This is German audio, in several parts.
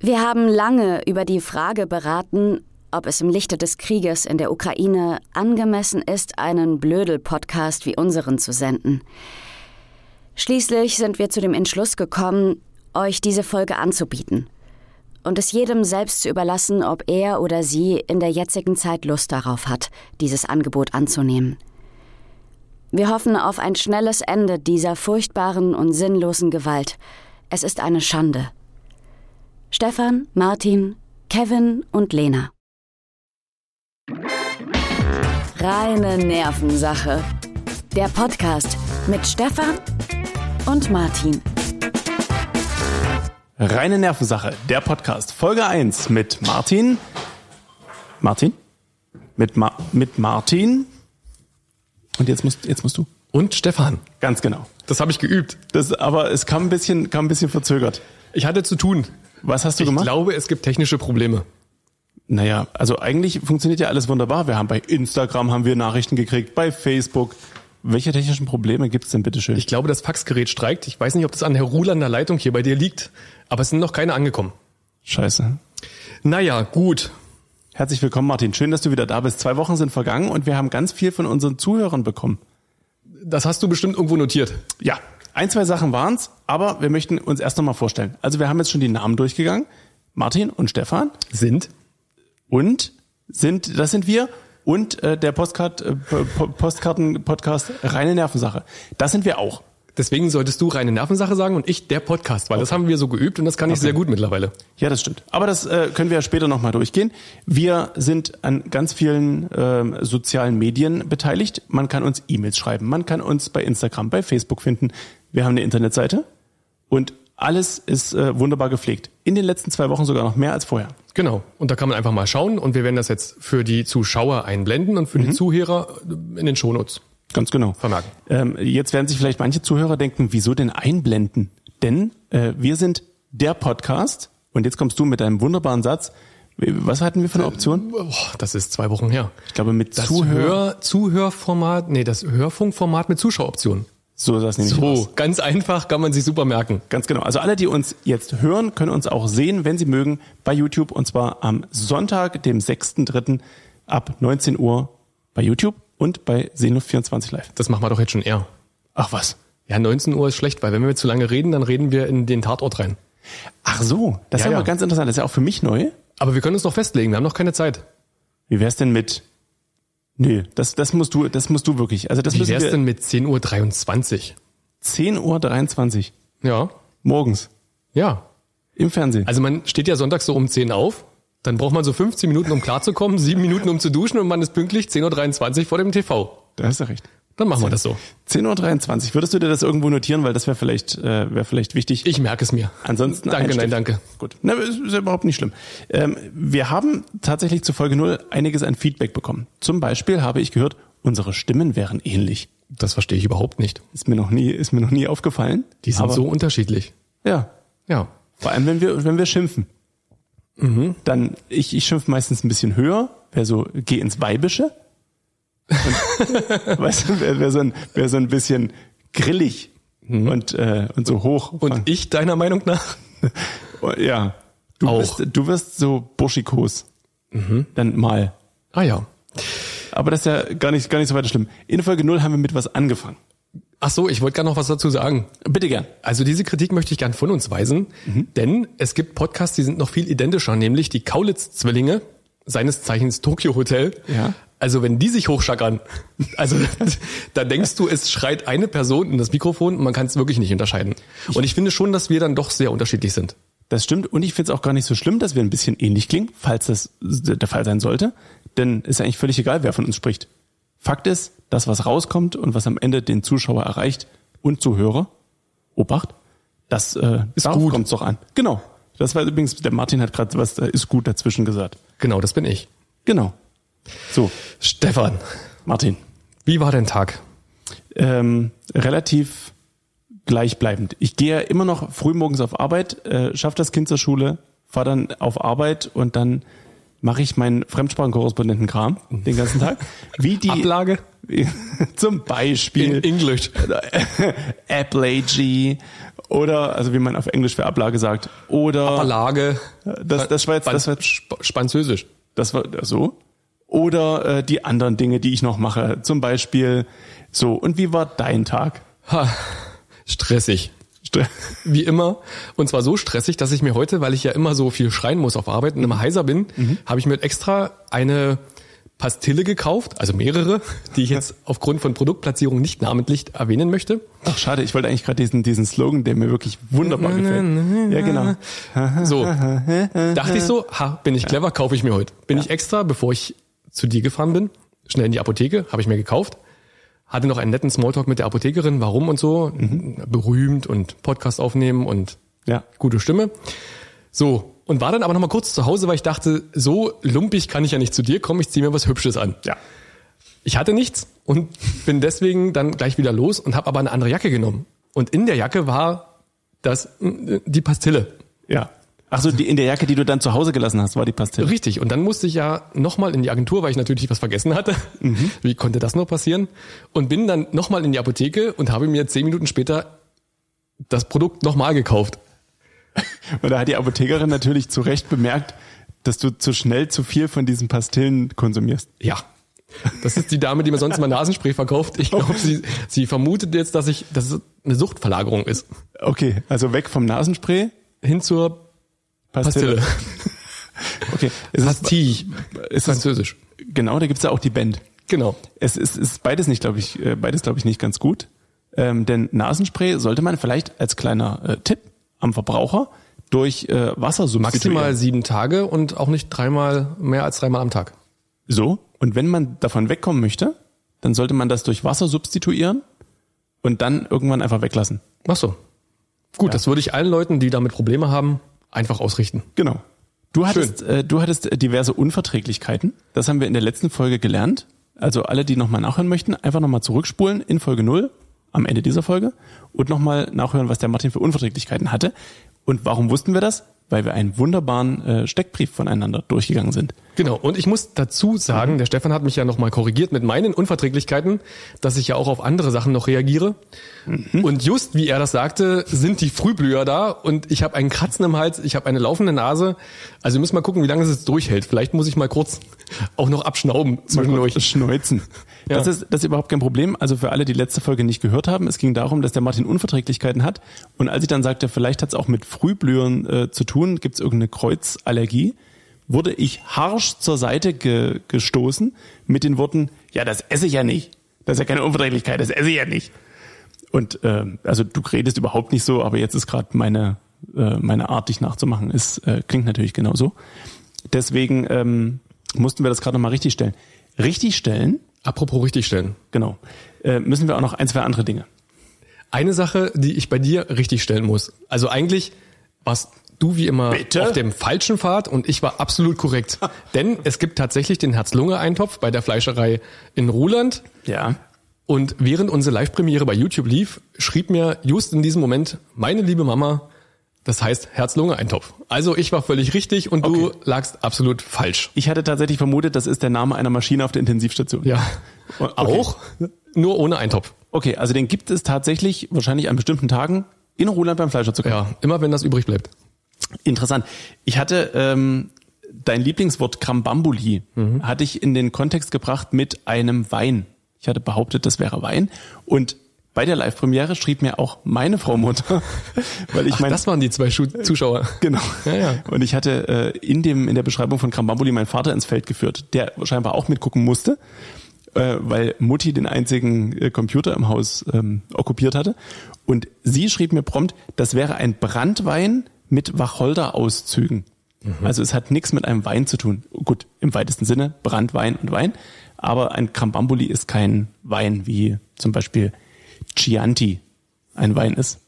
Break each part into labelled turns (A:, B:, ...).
A: Wir haben lange über die Frage beraten, ob es im Lichte des Krieges in der Ukraine angemessen ist, einen Blödel-Podcast wie unseren zu senden. Schließlich sind wir zu dem Entschluss gekommen, euch diese Folge anzubieten und es jedem selbst zu überlassen, ob er oder sie in der jetzigen Zeit Lust darauf hat, dieses Angebot anzunehmen. Wir hoffen auf ein schnelles Ende dieser furchtbaren und sinnlosen Gewalt. Es ist eine Schande. Stefan, Martin, Kevin und Lena. Reine Nervensache. Der Podcast mit Stefan und Martin.
B: Reine Nervensache, der Podcast, Folge 1 mit Martin. Martin? Mit, Ma mit Martin. Und jetzt musst, jetzt musst du.
C: Und Stefan.
B: Ganz genau.
C: Das habe ich geübt.
B: Das, aber es kam ein bisschen, kam ein bisschen verzögert.
C: Ich hatte zu tun.
B: Was hast du
C: ich
B: gemacht?
C: glaube, es gibt technische Probleme.
B: Naja, also eigentlich funktioniert ja alles wunderbar. Wir haben bei Instagram haben wir Nachrichten gekriegt, bei Facebook. Welche technischen Probleme gibt's denn bitteschön?
C: Ich glaube, das Faxgerät streikt. Ich weiß nicht, ob das an Herr Ruhlander Leitung hier bei dir liegt, aber es sind noch keine angekommen.
B: Scheiße.
C: Naja, gut.
B: Herzlich willkommen, Martin. Schön, dass du wieder da bist. Zwei Wochen sind vergangen und wir haben ganz viel von unseren Zuhörern bekommen.
C: Das hast du bestimmt irgendwo notiert.
B: Ja, ein, zwei Sachen waren's, aber wir möchten uns erst nochmal vorstellen. Also wir haben jetzt schon die Namen durchgegangen. Martin und Stefan
C: Sind?
B: und sind, das sind wir und äh, der Postcard, äh, Po- Postkarten-Podcast Reine Nervensache. Das sind wir auch.
C: Deswegen solltest du reine Nervensache sagen und ich der Podcast, weil das haben wir so geübt und das kann ich sehr gut mittlerweile.
B: Ja, das stimmt. Aber das äh, können wir ja später nochmal durchgehen. Wir sind an ganz vielen ähm, sozialen Medien beteiligt. Man kann uns E-Mails schreiben, man kann uns bei Instagram, bei Facebook finden. Wir haben eine Internetseite und alles ist äh, wunderbar gepflegt. In den letzten zwei Wochen sogar noch mehr als vorher.
C: Genau. Und da kann man einfach mal schauen und wir werden das jetzt für die Zuschauer einblenden und für
B: Mhm.
C: die Zuhörer in den Shownotes.
B: Ganz genau.
C: Vermerken.
B: Ähm, jetzt werden sich vielleicht manche Zuhörer denken, wieso denn einblenden? Denn äh, wir sind der Podcast und jetzt kommst du mit einem wunderbaren Satz. Was hatten wir für eine Option?
C: Boah, das ist zwei Wochen her.
B: Ich glaube mit
C: Das
B: Zuhörer.
C: Hör Zuhörformat, nee, das Hörfunkformat mit Zuschaueroption.
B: So sah es nämlich aus.
C: So, ganz einfach kann man sich super merken.
B: Ganz genau. Also alle, die uns jetzt hören, können uns auch sehen, wenn sie mögen, bei YouTube und zwar am Sonntag, dem 6.3. ab 19 Uhr bei YouTube und bei Seenluft24 Live.
C: Das machen wir doch jetzt schon eher.
B: Ach was.
C: Ja, 19 Uhr ist schlecht, weil wenn wir zu lange reden, dann reden wir in den Tatort rein.
B: Ach so, das ist
C: Ja,
B: ja mal
C: ja.
B: ganz interessant. Das ist ja auch für mich neu.
C: Aber wir können uns noch festlegen, wir haben noch keine Zeit.
B: Wie wär's denn mit? Nö, das, das musst du, das musst du wirklich. Also das
C: Wie
B: müssen
C: wär's
B: wir
C: denn mit 10.23 Uhr?
B: 10.23 Uhr
C: Ja,
B: morgens
C: ja.
B: im Fernsehen.
C: Also man steht ja sonntags so um 10 auf, dann braucht man so 15 Minuten, um klarzukommen, 7 Minuten, um zu duschen und man ist pünktlich 10.23 Uhr vor dem TV.
B: da hast du recht.
C: Dann machen wir das so.
B: 10.23 Uhr. Würdest du dir das irgendwo notieren, weil das wäre vielleicht, äh, wäre vielleicht wichtig.
C: Ich merke es mir.
B: Ansonsten.
C: Danke,
B: ein
C: nein,
B: Stift.
C: danke.
B: Gut. Na, ist, ist ja überhaupt nicht schlimm. Ähm, wir haben tatsächlich zu Folge 0 einiges an Feedback bekommen. Zum Beispiel habe ich gehört, unsere Stimmen wären ähnlich.
C: Das verstehe ich überhaupt nicht.
B: Ist mir noch nie, ist mir noch nie aufgefallen.
C: Die sind
B: Aber-
C: so unterschiedlich.
B: Ja.
C: Ja.
B: Vor allem, wenn wir, wenn wir schimpfen.
C: Mhm.
B: Dann, ich, ich schimpfe meistens ein bisschen höher, wer so, geh ins Weibische. Und, weißt du, wer, wer, so ein, wer so ein bisschen grillig und, äh, und so hoch.
C: Mhm. Und ich deiner Meinung nach?
B: Oh, ja. Du
C: Auch.
B: Wirst, du wirst so buschikos. Dann mal.
C: Ah ja.
B: Aber das ist ja gar nicht, gar nicht so weiter schlimm. In Folge 0 haben wir mit was angefangen.
C: Ach so, ich wollte gar noch was dazu sagen.
B: Bitte gern.
C: Also diese Kritik möchte ich gern von uns weisen, denn es gibt Podcasts, die sind noch viel identischer, nämlich die Kaulitz-Zwillinge, seines Zeichens Tokyo Hotel.
B: Ja.
C: Also wenn die sich hochschackern, also da denkst du, es schreit eine Person in das Mikrofon und man kann es wirklich nicht unterscheiden. Und ich finde schon, dass wir dann doch sehr unterschiedlich sind.
B: Das stimmt. Und ich finde es auch gar nicht so schlimm, dass wir ein bisschen ähnlich klingen, falls das der Fall sein sollte. Denn ist eigentlich völlig egal, wer von uns spricht. Fakt ist, das, was rauskommt und was am Ende den Zuschauer erreicht und Zuhörer, Obacht, das äh, ist
C: gut.
B: kommt's doch an. Genau. Das war übrigens, der Martin hat gerade was äh, ist gut dazwischen gesagt.
C: Genau, das bin ich.
B: Genau. So,
C: Stefan,
B: Martin.
C: wie war dein Tag?
B: ähm, relativ gleichbleibend. Ich gehe ja immer noch früh morgens auf Arbeit, äh, schaffe das Kind zur Schule, fahre dann auf Arbeit und dann mache ich meinen Fremdsprachenkorrespondentenkram den ganzen Tag. Wie die
C: Ablage?
B: zum Beispiel
C: English.
B: Apple AG Oder, also wie man auf Englisch für Ablage sagt. Oder
C: Verlage.
B: Das- das war jetzt- das war-
C: Französisch.
B: das war so. Oder äh, die anderen Dinge, die ich noch mache. Zum Beispiel so, und wie war dein Tag?
C: Ha, stressig.
B: St-
C: Wie immer. Und zwar so stressig, dass ich mir heute, weil ich ja immer so viel schreien muss auf Arbeit
B: Mhm.
C: und immer heiser bin, habe ich mir extra eine Pastille gekauft, also mehrere, die ich jetzt aufgrund von Produktplatzierung nicht namentlich erwähnen möchte.
B: Ach schade, ich wollte eigentlich gerade diesen, diesen Slogan, der mir wirklich wunderbar gefällt. Ja, genau.
C: So. Dachte ich so, ha, bin ich clever, kaufe ich mir heute. Bin ich extra, bevor ich zu dir gefahren bin, schnell in die Apotheke, habe ich mir gekauft. Hatte noch einen netten Smalltalk mit der Apothekerin, warum und so. Berühmt und Podcast aufnehmen und
B: Mhm. Ja.
C: gute Stimme. So. Und war dann aber nochmal kurz zu Hause, weil ich dachte, so lumpig kann ich ja nicht zu dir kommen, ich ziehe mir was Hübsches an.
B: Ja.
C: Ich hatte nichts und bin deswegen dann gleich wieder los und habe aber eine andere Jacke genommen. Und in der Jacke war das, äh, die Pastille.
B: Ja. Ach so, die, in der Jacke, die du dann zu Hause gelassen hast, war die Pastille.
C: Richtig, und dann musste ich ja nochmal in die Agentur, weil ich natürlich was vergessen hatte. Wie konnte das nur passieren? Und bin dann nochmal in die Apotheke und habe mir zehn Minuten später das Produkt nochmal gekauft.
B: Und da hat die Apothekerin natürlich zu Recht bemerkt, dass du zu schnell zu viel von diesen Pastillen konsumierst.
C: Ja. Das ist die Dame, die mir sonst mal Nasenspray verkauft. Ich glaube, sie, sie vermutet jetzt, dass ich, dass es eine Suchtverlagerung ist.
B: Okay, also weg vom Nasenspray,
C: Hin zur
B: Pastille.
C: Pastille.
B: Okay, es ist,
C: Pastille.
B: es ist,
C: Französisch.
B: genau, da gibt's ja auch die Band.
C: Genau.
B: Es ist, es ist beides nicht, glaube ich, äh, beides glaube ich nicht ganz gut. Ähm, denn Nasenspray sollte man vielleicht als kleiner äh, Tipp am Verbraucher durch äh, Wasser substituieren.
C: Maximal sieben Tage und auch nicht dreimal, mehr als dreimal am Tag.
B: So, und wenn man davon wegkommen möchte, dann sollte man das durch Wasser substituieren und dann irgendwann einfach weglassen.
C: Ach so. Gut, das würde ich allen Leuten, die damit Probleme haben, einfach ausrichten.
B: Genau. Du hattest, äh, du hattest äh, diverse Unverträglichkeiten. Das haben wir in der letzten Folge gelernt. Also alle, die nochmal nachhören möchten, einfach nochmal zurückspulen in Folge 0 am Ende dieser Folge und nochmal nachhören, was der Martin für Unverträglichkeiten hatte. Und warum wussten wir das? Weil wir einen wunderbaren äh, Steckbrief voneinander durchgegangen sind.
C: Genau, und ich muss dazu sagen, der Stefan hat mich ja nochmal korrigiert mit meinen Unverträglichkeiten, dass ich ja auch auf andere Sachen noch reagiere. Und just wie er das sagte, sind die Frühblüher da und ich habe einen Kratzen im Hals, ich habe eine laufende Nase. Also wir müssen mal gucken, wie lange es jetzt durchhält. Vielleicht muss ich mal kurz auch noch abschnauben zwischendurch.
B: Schneuzen.
C: Ja.
B: Das, ist, das ist überhaupt kein Problem. Also für alle, die letzte Folge nicht gehört haben, es ging darum, dass der Martin Unverträglichkeiten hat. Und als ich dann sagte, vielleicht hat es auch mit Frühblühern äh, zu tun, gibt es irgendeine Kreuzallergie, wurde ich harsch zur Seite ge gestoßen mit den Worten, ja, das esse ich ja nicht. Das ist ja keine Unverträglichkeit, das esse ich ja nicht. Und ähm, also du redest überhaupt nicht so, aber jetzt ist gerade meine, äh, meine Art, dich nachzumachen, ist, äh, klingt natürlich genauso. Deswegen ähm, mussten wir das gerade nochmal richtig stellen. Richtig stellen,
C: Apropos richtigstellen.
B: genau, äh, müssen wir auch noch ein, zwei andere Dinge.
C: Eine Sache, die ich bei dir richtigstellen muss. Also eigentlich warst du wie immer
B: Bitte?
C: auf dem falschen Pfad und ich war absolut korrekt. Denn es gibt tatsächlich den Herz-Lunge-Eintopf bei der Fleischerei in Ruhland.
B: Ja.
C: Und während unsere Live-Premiere bei YouTube lief, schrieb mir just in diesem Moment meine liebe Mama, das heißt Herz-Lunge-Eintopf. Also ich war völlig richtig und
B: Okay.
C: du lagst absolut falsch.
B: Ich hatte tatsächlich vermutet, das ist der Name einer Maschine auf der Intensivstation.
C: Ja.
B: Okay.
C: Auch, nur ohne Eintopf.
B: Okay, also den gibt es tatsächlich wahrscheinlich an bestimmten Tagen in Roland beim Fleischer zu kaufen.
C: Ja, immer wenn das übrig bleibt.
B: Interessant. Ich hatte ähm, dein Lieblingswort Krambambuli
C: Mhm.
B: hatte ich in den Kontext gebracht mit einem Wein. Ich hatte behauptet, das wäre Wein. Und bei der Live-Premiere schrieb mir auch meine Frau Mutter, weil ich
C: Ach,
B: mein
C: das waren die zwei Schu Zuschauer.
B: genau.
C: Ja, ja.
B: Und ich hatte äh, in dem in der Beschreibung von Krambambuli meinen Vater ins Feld geführt, der scheinbar auch mitgucken musste, äh, weil Mutti den einzigen äh, Computer im Haus ähm, okkupiert hatte. Und sie schrieb mir prompt, das wäre ein Brandwein mit Wacholderauszügen.
C: Mhm.
B: Also es hat nichts mit einem Wein zu tun. Gut, im weitesten Sinne Brandwein und Wein. Aber ein Krambambuli ist kein Wein, wie zum Beispiel Chianti ein Wein ist.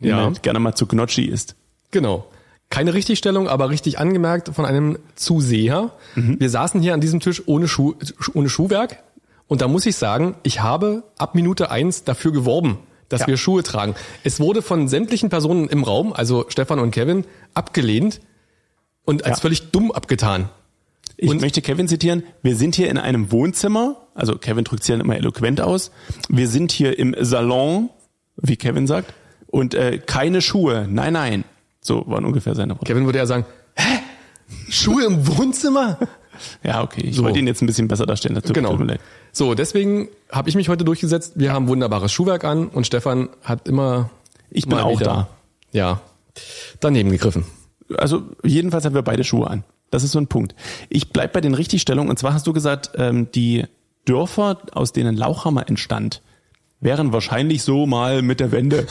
B: Den
C: Ja.
B: man gerne mal zu Gnocchi isst.
C: Genau. Keine Richtigstellung, aber richtig angemerkt von einem Zuseher.
B: Mhm.
C: Wir saßen hier an diesem Tisch ohne, Schuh, ohne Schuhwerk. Und da muss ich sagen, ich habe ab Minute eins dafür geworben, dass
B: Ja.
C: wir Schuhe tragen. Es wurde von sämtlichen Personen im Raum, also Stefan und Kevin, abgelehnt und als
B: Ja.
C: völlig dumm abgetan.
B: Ich
C: Und-
B: möchte Kevin zitieren. Wir sind hier in einem Wohnzimmer. Also Kevin drückt es ja immer eloquent aus. Wir sind hier im Salon, wie Kevin sagt. Und äh, keine Schuhe. Nein, nein. So waren ungefähr seine Worte.
C: Kevin würde ja sagen, hä? Schuhe im Wohnzimmer?
B: Ja, okay. Ich
C: So.
B: wollte ihn jetzt ein bisschen besser darstellen. Das tut,
C: Genau.
B: tut mir leid.
C: So, deswegen habe ich mich heute durchgesetzt. Wir haben wunderbares Schuhwerk an und Stefan hat immer.
B: Ich bin
C: mal
B: auch
C: wieder- Ja. Daneben gegriffen.
B: Also jedenfalls haben wir beide Schuhe an. Das ist so ein Punkt. Ich bleib bei den Richtigstellungen. Und zwar hast du gesagt, ähm, die Dörfer, aus denen Lauchhammer entstand, wären wahrscheinlich so mal mit der Wende.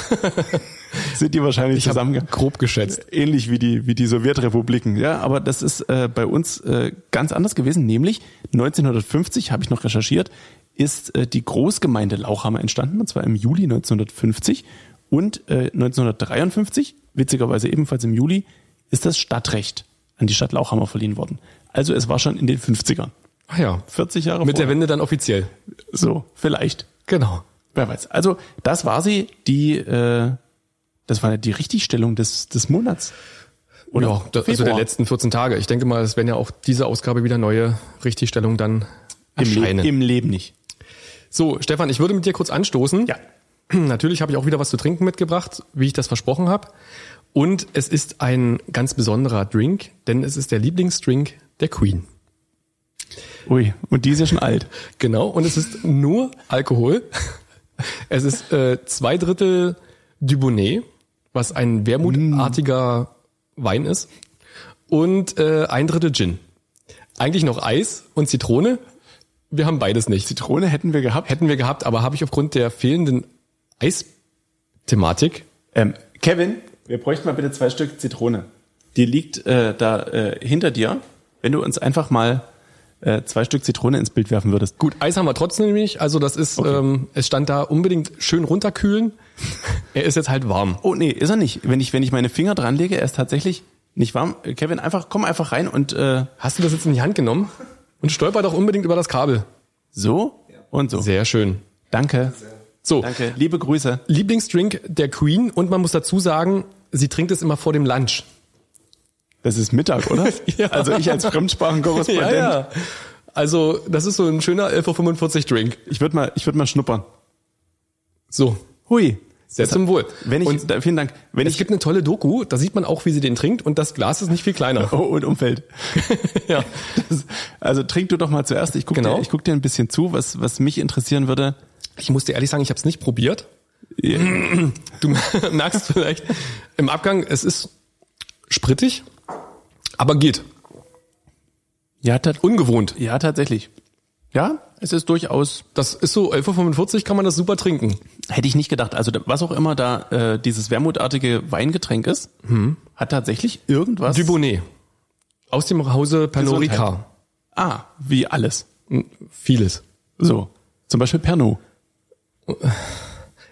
B: sind die wahrscheinlich
C: Ich habe
B: zusammengegangen.
C: grob geschätzt.
B: ähnlich wie die, wie die Sowjetrepubliken. Ja, aber das ist äh, bei uns äh, ganz anders gewesen, nämlich 1950, habe ich noch recherchiert, ist äh, die Großgemeinde Lauchhammer entstanden, und zwar im Juli 1950. Und äh, 1953, witzigerweise ebenfalls im Juli, ist das Stadtrecht an die Stadt Lauchhammer verliehen worden. Also es war schon in den 50ern.
C: Ah ja.
B: 40 Jahre
C: Mit der
B: vorher.
C: Wende dann offiziell.
B: So, vielleicht.
C: Genau.
B: Wer weiß. Also, das war sie, die, äh, das war die Richtigstellung des, des Monats. Oder
C: Ja, da, also
B: Februar.
C: der letzten 14 Tage. Ich denke mal, es werden ja auch diese Ausgabe wieder neue Richtigstellungen dann
B: Im, Le
C: erscheinen.
B: Im Leben nicht.
C: So, Stefan, ich würde mit dir kurz anstoßen.
B: Ja.
C: Natürlich habe ich auch wieder was zu trinken mitgebracht, wie ich das versprochen habe. Und es ist ein ganz besonderer Drink, denn es ist der Lieblingsdrink der Queen.
B: Ui, und die ist ja schon alt.
C: Genau, und es ist nur Alkohol. Es ist äh, zwei Drittel Dubonnet, was ein wermutartiger Wein ist, und äh, ein Drittel Gin. Eigentlich noch Eis und Zitrone. Wir haben beides nicht.
B: Zitrone hätten wir gehabt.
C: Hätten wir gehabt, aber habe ich aufgrund der fehlenden Eisthematik.
B: Ähm, Kevin, wir bräuchten mal bitte zwei Stück Zitrone. Die liegt äh, da äh, hinter dir. Wenn du uns einfach mal äh, zwei Stück Zitrone ins Bild werfen würdest.
C: Gut, Eis haben wir trotzdem nicht. Also das ist, ähm, es stand da unbedingt schön runterkühlen. er ist jetzt halt warm.
B: Oh nee, ist er nicht. Wenn ich, wenn ich meine Finger dran lege, er ist tatsächlich nicht warm. Äh, Kevin, einfach, komm einfach rein und äh,
C: Hast du das jetzt in die Hand genommen? Und stolper doch unbedingt über das Kabel.
B: so und so.
C: Sehr schön.
B: Danke.
C: So,
B: Danke. Liebe Grüße.
C: Lieblingsdrink der Queen und man muss dazu sagen, sie trinkt es immer vor dem Lunch.
B: Das ist Mittag, oder?
C: Ja.
B: Also ich als Fremdsprachenkorrespondent.
C: Also, das ist so ein schöner 11.45 Uhr Drink.
B: Ich würde mal, ich würde mal schnuppern.
C: So,
B: Hui.
C: sehr zum Wohl.
B: Wenn ich,
C: und
B: da, vielen Dank. Wenn
C: es
B: ich
C: gibt eine tolle Doku, da sieht man auch, wie sie den trinkt und das Glas ist nicht viel kleiner.
B: Oh, und Umfeld.
C: Ja.
B: Das, also trink du doch mal zuerst. Ich guck
C: Genau.
B: dir, ich guck dir ein bisschen zu, was, was mich interessieren würde.
C: Ich muss dir ehrlich sagen, ich habe es nicht probiert. Du merkst vielleicht im Abgang, es ist sprittig, aber geht.
B: Ja, tat,
C: Ungewohnt.
B: ja, tatsächlich. Ja, es ist durchaus,
C: Das ist so, 11.45 Uhr kann man das super trinken.
B: hätte ich nicht gedacht. Also da- was auch immer da äh, dieses wermutartige Weingetränk ist, hat tatsächlich irgendwas.
C: Dubonnet. Aus dem Hause Pernod
B: Gesundheit.
C: Ricard.
B: ah, wie alles.
C: Vieles.
B: So, zum Beispiel Pernod.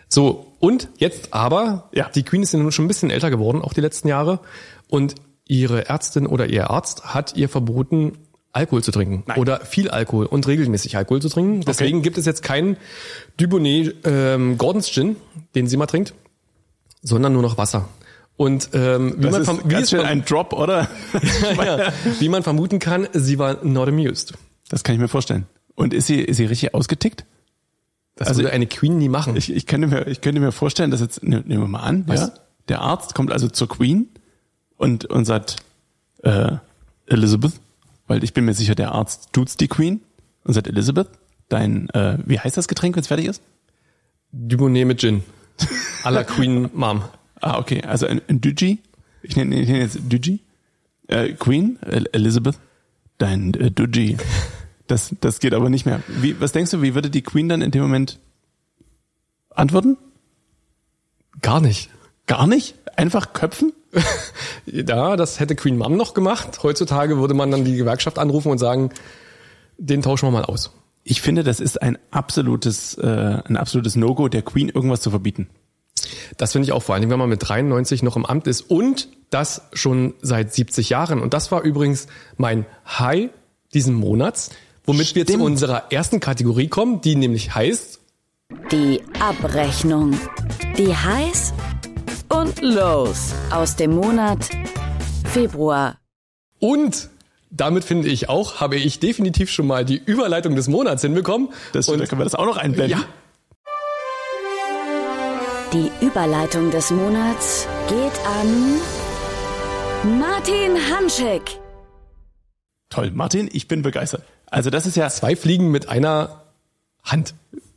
C: So, und jetzt aber,
B: Ja.
C: die Queen ist ja nun schon ein bisschen älter geworden, auch die letzten Jahre. Und ihre Ärztin oder ihr Arzt hat ihr verboten, Alkohol zu trinken.
B: Nein.
C: Oder viel Alkohol und regelmäßig Alkohol zu trinken. Deswegen gibt es jetzt keinen Dubonnet ähm, Gordons Gin, den sie mal trinkt, sondern nur noch Wasser. Und ähm, wie,
B: Das
C: man
B: ist
C: verm- wie,
B: ganz
C: es
B: schön
C: verm-
B: ein Drop, oder?
C: ja, wie man vermuten kann, sie war not amused.
B: Das kann ich mir vorstellen. Und ist sie, ist sie richtig ausgetickt?
C: Das
B: Also-
C: würde eine Queen nie machen.
B: Ich, ich, könnte mir, ich könnte mir vorstellen, dass jetzt, ne- nehmen wir mal an,
C: Was?
B: ja, der Arzt kommt also zur Queen und, und sagt, äh, Elizabeth, weil ich bin mir sicher, der Arzt tut's die Queen und sagt, Elizabeth, dein, äh, wie heißt das Getränk, wenn es fertig ist?
C: Dubonnet mit Gin. A la Queen Mom.
B: Ah, okay, also ein, ein Digi, ich nenne ihn jetzt Digi, äh, Queen, El Elizabeth, dein äh, Digi, das, das geht aber nicht mehr. Wie, was denkst du, wie würde die Queen dann in dem Moment antworten?
C: Gar nicht.
B: Gar nicht? Einfach köpfen?
C: Ja, das hätte Queen Mom noch gemacht. Heutzutage würde man dann die Gewerkschaft anrufen und sagen, den tauschen wir mal aus.
B: Ich finde, das ist ein absolutes, äh, ein absolutes No-Go, der Queen irgendwas zu verbieten.
C: Das finde ich auch vor allen Dingen, wenn man mit 93 noch im Amt ist und das schon seit 70 Jahren. Und das war übrigens mein High diesen Monats, womit wir zu
B: Stimmt.
C: unserer ersten Kategorie kommen, die nämlich heißt,
A: Die Abrechnung. Die heiß und los aus dem Monat Februar.
C: und damit finde ich auch, habe ich definitiv schon mal die Überleitung des Monats hinbekommen.
B: Das,
C: und
B: da können wir das auch noch einblenden.
C: Ja.
A: Die Überleitung des Monats geht an Martin Hanschig.
B: Toll, Martin, ich bin begeistert. Also das ist ja
C: Zwei Fliegen mit einer Hand.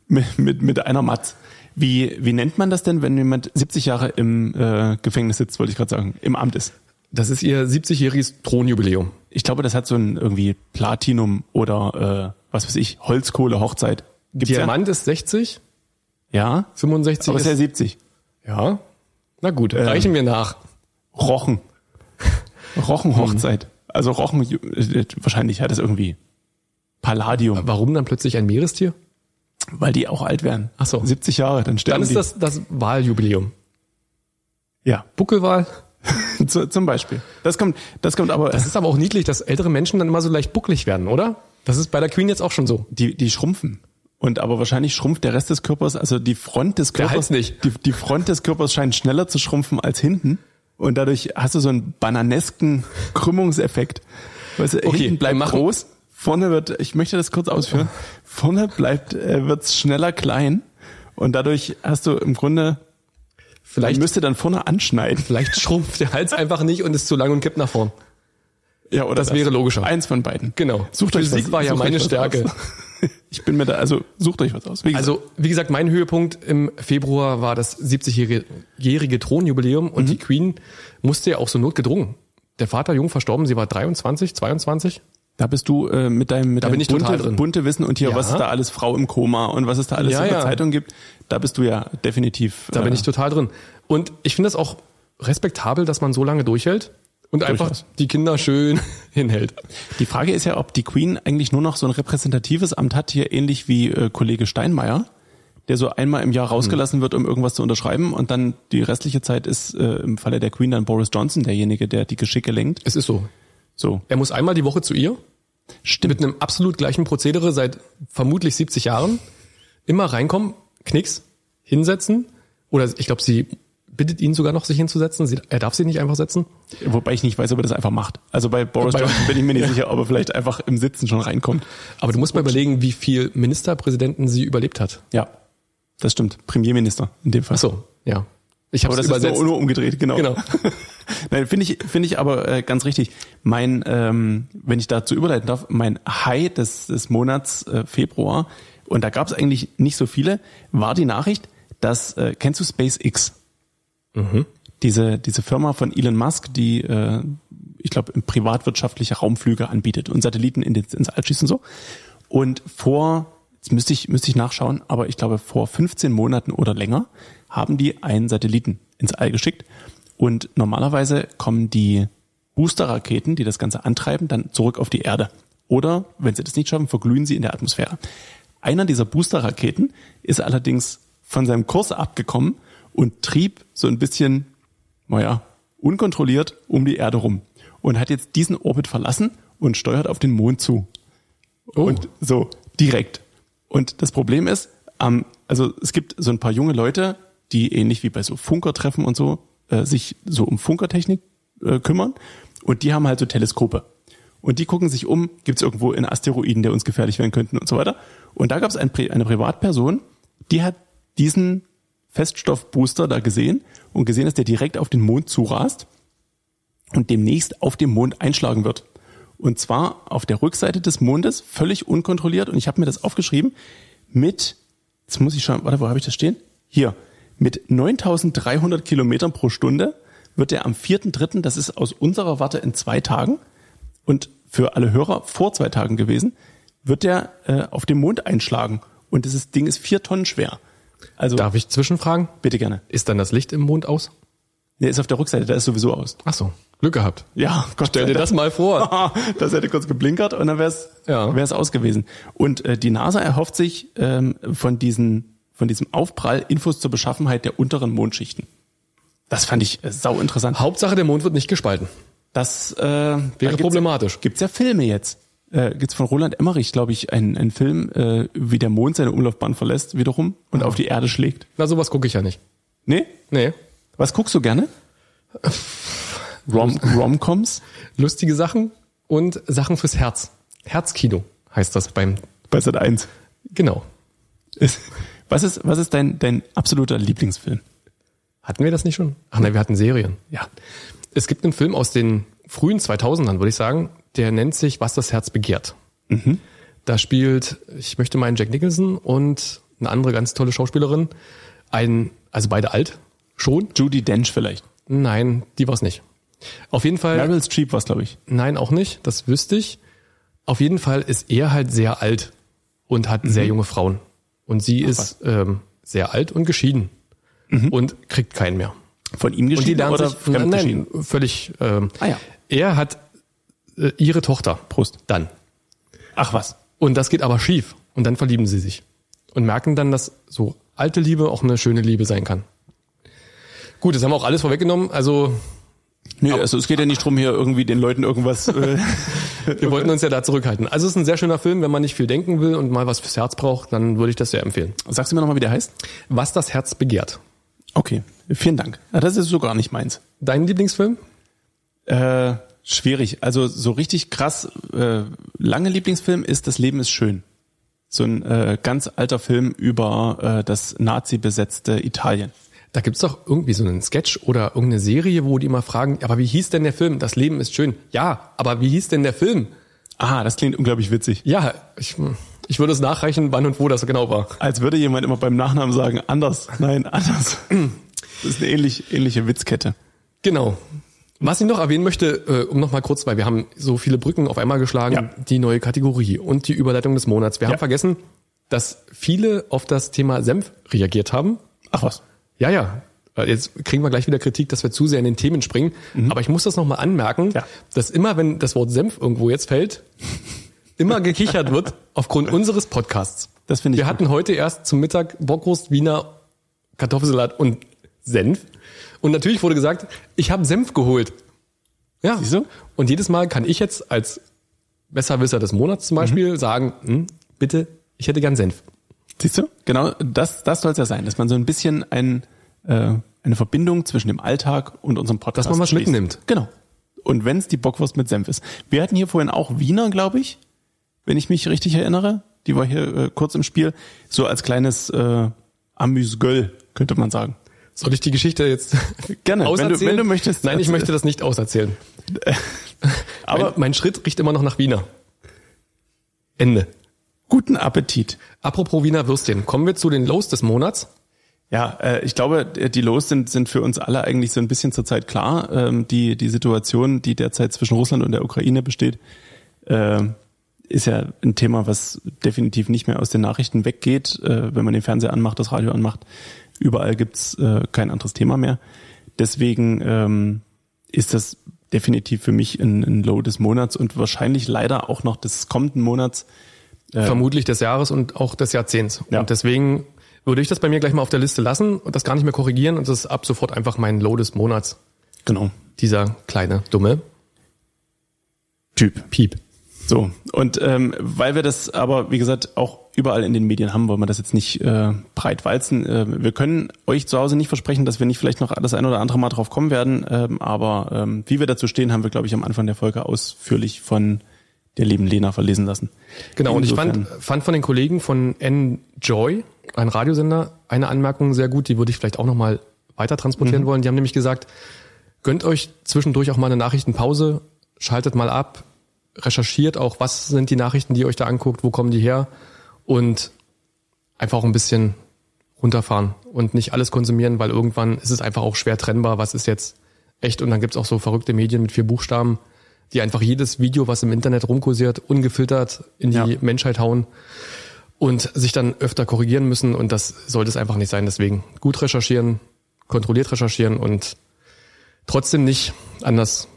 B: mit, mit, mit einer Matz. Wie, wie nennt man das denn, wenn jemand 70 Jahre im äh, Gefängnis sitzt, wollte ich gerade sagen, im Amt ist?
C: Das ist ihr 70-jähriges Thronjubiläum.
B: Ich glaube, das hat so ein irgendwie Platinum oder äh, was weiß ich, Holzkohle-Hochzeit. Gibt's
C: Diamant ist 60,
B: Ja, ja?
C: 65
B: aber ist ja Ähm.
C: ist,
B: 70.
C: ja. Na gut, reichen wir nach.
B: Rochen.
C: Hm.
B: Rochen-Hochzeit. Also Rochen, äh, wahrscheinlich hat es irgendwie Palladium,
C: Warum dann plötzlich ein Meerestier?
B: weil die auch alt werden.
C: Ach so.
B: 70 Jahre, dann sterben
C: Dann ist
B: die.
C: das das Wahljubiläum.
B: Ja,
C: Buckelwahl.
B: zu, zum Beispiel. Das kommt, das kommt aber,
C: Das ist aber auch niedlich, dass ältere Menschen dann immer so leicht bucklig werden, oder? Das ist bei der Queen jetzt auch schon so.
B: die, die schrumpfen. Und aber wahrscheinlich schrumpft der Rest des Körpers, also die Front des
C: Der
B: Körpers,
C: Hals nicht.
B: Die, die Front des Körpers scheint schneller zu schrumpfen als hinten. Und dadurch hast du so einen bananesken Krümmungseffekt. Weißt du,
C: Okay,
B: hinten bleibt
C: wir machen-
B: groß, vorne wird, ich möchte das kurz ausführen, vorne bleibt, äh, wird's schneller klein. Und dadurch hast du im Grunde, man
C: Vielleicht,
B: müsste dann vorne anschneiden.
C: vielleicht schrumpft der Hals einfach nicht und ist zu lang und kippt nach vorn.
B: Ja, oder
C: Das wäre logischer.
B: Eins von beiden.
C: Genau.
B: Sucht euch
C: Physik
B: was,
C: war ja
B: sucht euch
C: meine
B: was
C: Stärke.
B: Aus. Ich bin mir da, also sucht euch was aus. Wie gesagt,
C: Also, wie gesagt, mein Höhepunkt im Februar war das 70-jährige Thronjubiläum und
B: Mhm.
C: die Queen musste ja auch so notgedrungen. Der Vater jung verstorben, sie war 23, 22.
B: Da bist du äh, mit deinem, mit
C: Da
B: deinem
C: bin ich
B: bunte,
C: total drin.
B: bunte Wissen und hier,
C: Ja.
B: was ist da alles Frau im Koma und was es da alles
C: Ja,
B: in der
C: ja.
B: Zeitung gibt, da bist du ja definitiv. äh,
C: Da bin ich total drin. Und ich finde das auch respektabel, dass man so lange durchhält und einfach
B: Durchaus.
C: die Kinder schön hinhält.
B: Die Frage ist ja, ob die Queen eigentlich nur noch so ein repräsentatives Amt hat, hier ähnlich wie äh, Kollege Steinmeier, der so einmal im
C: Mhm.
B: Jahr rausgelassen wird, um irgendwas zu unterschreiben und dann die restliche Zeit ist äh, im Falle der Queen dann Boris Johnson derjenige, der die Geschicke lenkt.
C: Es ist so.
B: So,
C: Er muss einmal die Woche zu ihr mit
B: stimmt.
C: einem absolut gleichen Prozedere seit vermutlich 70 Jahren immer reinkommen, Knicks, hinsetzen oder ich glaube, sie bittet ihn sogar noch, sich hinzusetzen. Sie, er darf sie nicht einfach setzen.
B: Wobei ich nicht weiß, ob er das einfach macht. Also bei Boris
C: Bei-
B: Johnson bin ich mir nicht sicher, ob er vielleicht einfach im Sitzen schon reinkommt.
C: Aber du musst mal überlegen, wie viel Ministerpräsidenten sie überlebt hat.
B: Ja, das stimmt. Premierminister in dem Fall.
C: Ach so, ja. Ich habe
B: Aber
C: das
B: das
C: übersetzt.
B: ist nur, nur umgedreht, genau.
C: Genau.
B: Nein, finde ich, finde ich aber äh, ganz richtig. Mein, ähm, wenn ich dazu überleiten darf, mein High des, des Monats äh, Februar, und da gab es eigentlich nicht so viele, war die Nachricht, dass, äh, kennst du SpaceX? Diese, diese Firma von Elon Musk, die, äh, ich glaube, privatwirtschaftliche Raumflüge anbietet und Satelliten in den, ins All schießen so. Und vor, jetzt müsste ich, müsste ich nachschauen, aber ich glaube, vor 15 Monaten oder länger haben die einen Satelliten ins All geschickt. Und normalerweise kommen die Boosterraketen, die das Ganze antreiben, dann zurück auf die Erde. Oder, wenn sie das nicht schaffen, verglühen sie in der Atmosphäre. Einer dieser Boosterraketen ist allerdings von seinem Kurs abgekommen und trieb so ein bisschen naja, unkontrolliert um die Erde rum und hat jetzt diesen Orbit verlassen und steuert auf den Mond zu.
C: Oh.
B: Und so, direkt. Und das Problem ist, ähm, also es gibt so ein paar junge Leute, die ähnlich wie bei so Funkertreffen und so, äh, sich so um Funkertechnik äh, kümmern und die haben halt so Teleskope. Und die gucken sich um, gibt es irgendwo einen Asteroiden, der uns gefährlich werden könnten und so weiter. Und da gab es ein, Pri- eine Privatperson, die hat diesen Feststoffbooster da gesehen und gesehen, dass der direkt auf den Mond zurast und demnächst auf dem Mond einschlagen wird. Und zwar auf der Rückseite des Mondes, völlig unkontrolliert. Und ich habe mir das aufgeschrieben mit, jetzt muss ich schauen, warte, wo habe ich das stehen? Hier, mit 9300 Kilometern pro Stunde wird er am 4.3., das ist aus unserer Warte in zwei Tagen und für alle Hörer vor zwei Tagen gewesen, wird er äh, auf dem Mond einschlagen. Und dieses Ding ist vier Tonnen schwer. Also
C: Darf ich zwischenfragen?
B: bitte gerne.
C: Ist dann das Licht im Mond aus?
B: Der ist auf der Rückseite, da ist sowieso aus.
C: Ach so, Glück gehabt.
B: Ja, Gott
C: Stell dir das mal vor.
B: das hätte kurz geblinkert und dann wäre es
C: Ja.
B: wär's aus gewesen. Und äh, die NASA erhofft sich ähm, von, diesen, von diesem Aufprall Infos zur Beschaffenheit der unteren Mondschichten. Das fand ich äh, sau interessant.
C: Hauptsache, der Mond wird nicht gespalten.
B: Das äh, wäre
C: problematisch.
B: Gibt's ja Filme jetzt. Äh, gibt's von Roland Emmerich, glaube ich, einen, einen Film, äh, wie der Mond seine Umlaufbahn verlässt wiederum und auf die Erde schlägt.
C: Na, sowas gucke ich ja nicht.
B: Nee?
C: Nee.
B: Was guckst du gerne? Rom Romcoms?
C: Lustige Sachen und Sachen fürs Herz. Herzkino heißt das beim,
B: Bei Sat 1.
C: genau.
B: Ist, was ist, was ist dein, dein absoluter Lieblingsfilm?
C: Hatten wir das nicht schon? Ach nein, wir hatten Serien. Ja. Es gibt einen Film aus den frühen 2000ern, würde ich sagen, der nennt sich Was das Herz begehrt. Da spielt, ich möchte meinen Jack Nicholson und eine andere ganz tolle Schauspielerin, ein, also beide alt, schon.
B: Judy Dench vielleicht.
C: Nein, die war es nicht. Auf jeden Fall.
B: Meryl Streep war es, glaube ich.
C: Nein, auch nicht. Das wüsste ich. Auf jeden Fall ist er halt sehr alt und hat
B: Mhm.
C: sehr junge Frauen. Und sie ist ähm, sehr alt und geschieden und kriegt keinen mehr.
B: Von ihm
C: Und die
B: Mhm. geschieden
C: lernen
B: oder
C: sich nein,
B: fremdgeschieden?
C: nein, völlig. Ähm,
B: Ah ja.
C: Er hat äh, ihre Tochter.
B: Prost.
C: Dann.
B: Ach was.
C: Und das geht aber schief. Und dann verlieben sie sich. Und merken dann, dass so alte Liebe auch eine schöne Liebe sein kann. Gut, das haben wir auch alles vorweggenommen. Also
B: Nö, also es geht ja nicht drum, hier irgendwie den Leuten irgendwas. Äh,
C: wir wollten uns ja da zurückhalten. Also es ist ein sehr schöner Film, wenn man nicht viel denken will und mal was fürs Herz braucht, dann würde ich das sehr empfehlen.
B: sagst du mir nochmal, wie der heißt?
C: Was das Herz begehrt.
B: Okay, vielen Dank. Ah, das ist so gar nicht meins.
C: Dein Lieblingsfilm?
B: Äh, schwierig. Also so richtig krass äh, lange Lieblingsfilm ist Das Leben ist schön. So ein äh, ganz alter Film über äh, das Nazi-besetzte Italien.
C: Da gibt's doch irgendwie so einen Sketch oder irgendeine Serie, wo die mal fragen, aber wie hieß denn der Film? Das Leben ist schön. Ja, aber wie hieß denn der Film?
B: Ah, das klingt unglaublich witzig.
C: Ja, ich, ich würde es nachreichen, wann und wo das genau war.
B: Als würde jemand immer beim Nachnamen sagen, anders. Nein, anders. Das ist eine ähnlich, ähnliche Witzkette.
C: Genau. Was ich noch erwähnen möchte, äh, um nochmal kurz, weil wir haben so viele Brücken auf einmal geschlagen,
B: Ja.
C: die neue Kategorie und die Überleitung des Monats. Wir
B: Ja.
C: haben vergessen, dass viele auf das Thema Senf reagiert haben.
B: Ach was.
C: Ja, ja. Äh, Jetzt kriegen wir gleich wieder Kritik, dass wir zu sehr in den Themen springen. Aber ich muss das nochmal anmerken,
B: Mhm. Ja.
C: dass immer, wenn das Wort Senf irgendwo jetzt fällt, immer gekichert wird aufgrund unseres Podcasts.
B: Das finde ich
C: Wir
B: gut.
C: hatten heute erst zum Mittag Bockwurst, Wiener, Kartoffelsalat und Senf. Und natürlich wurde gesagt, ich habe Senf geholt. Ja.
B: Siehst du?
C: Und jedes Mal kann ich jetzt als Besserwisser des Monats zum
B: Mhm.
C: Beispiel sagen, hm, bitte, ich hätte gern Senf.
B: Siehst du? Genau, das, das soll es ja sein, dass man so ein bisschen ein, äh, eine Verbindung zwischen dem Alltag und unserem Podcast
C: Dass man was
B: schließt.
C: mitnimmt.
B: Genau. Und wenn es die Bockwurst mit Senf ist. Wir hatten hier vorhin auch Wiener, glaube ich, wenn ich mich richtig erinnere. Die war hier äh, kurz im Spiel. So als kleines äh, Amüsgöll, könnte man sagen.
C: Soll ich die Geschichte jetzt
B: Gerne, wenn du-
C: auserzählen?
B: wenn du möchtest.
C: Nein, ich möchte das nicht auserzählen.
B: Aber-
C: mein, mein Schritt riecht immer noch nach Wiener. Ende.
B: Guten Appetit.
C: Apropos Wiener Würstchen, kommen wir zu den Lows des Monats.
B: Ja, äh, ich glaube, die Los sind, sind für uns alle eigentlich so ein bisschen zurzeit klar. Ähm, die, die Situation, die derzeit zwischen Russland und der Ukraine besteht, ähm, ist ja ein Thema, was definitiv nicht mehr aus den Nachrichten weggeht. Äh, wenn man den Fernseher anmacht, das Radio anmacht, überall gibt's äh, kein anderes Thema mehr. Deswegen ähm, ist das definitiv für mich ein, ein Low des Monats und wahrscheinlich leider auch noch des kommenden Monats.
C: Vermutlich des Jahres und auch des Jahrzehnts.
B: Ja.
C: Und deswegen würde ich das bei mir gleich mal auf der Liste lassen und das gar nicht mehr korrigieren. Und das ist ab sofort einfach mein Low des Monats.
B: Genau.
C: Dieser kleine, dumme
B: Typ.
C: Piep.
B: So, und ähm, weil wir das aber, wie gesagt, auch überall in den Medien haben, wollen wir das jetzt nicht äh, breit walzen. Äh, wir können euch zu Hause nicht versprechen, dass wir nicht vielleicht noch das ein oder andere Mal drauf kommen werden, ähm, aber ähm, wie wir dazu stehen, haben wir, glaube ich, am Anfang der Folge ausführlich von der lieben Lena verlesen lassen.
C: Genau, und ich fand,
B: Insofern-
C: fand von den Kollegen von Enjoy, ein Radiosender, eine Anmerkung sehr gut, die würde ich vielleicht auch nochmal weiter transportieren wollen. Die haben nämlich gesagt, gönnt euch zwischendurch auch mal eine Nachrichtenpause, schaltet mal ab, recherchiert auch, was sind die Nachrichten, die ihr euch da anguckt, wo kommen die her und einfach auch ein bisschen runterfahren und nicht alles konsumieren, weil irgendwann ist es einfach auch schwer trennbar, was ist jetzt echt. Und dann gibt's auch so verrückte Medien mit vier Buchstaben, die einfach jedes Video, was im Internet rumkursiert, ungefiltert in die
B: Ja.
C: Menschheit hauen und sich dann öfter korrigieren müssen. Und das sollte es einfach nicht sein. Deswegen gut recherchieren, kontrolliert recherchieren und trotzdem nicht an das,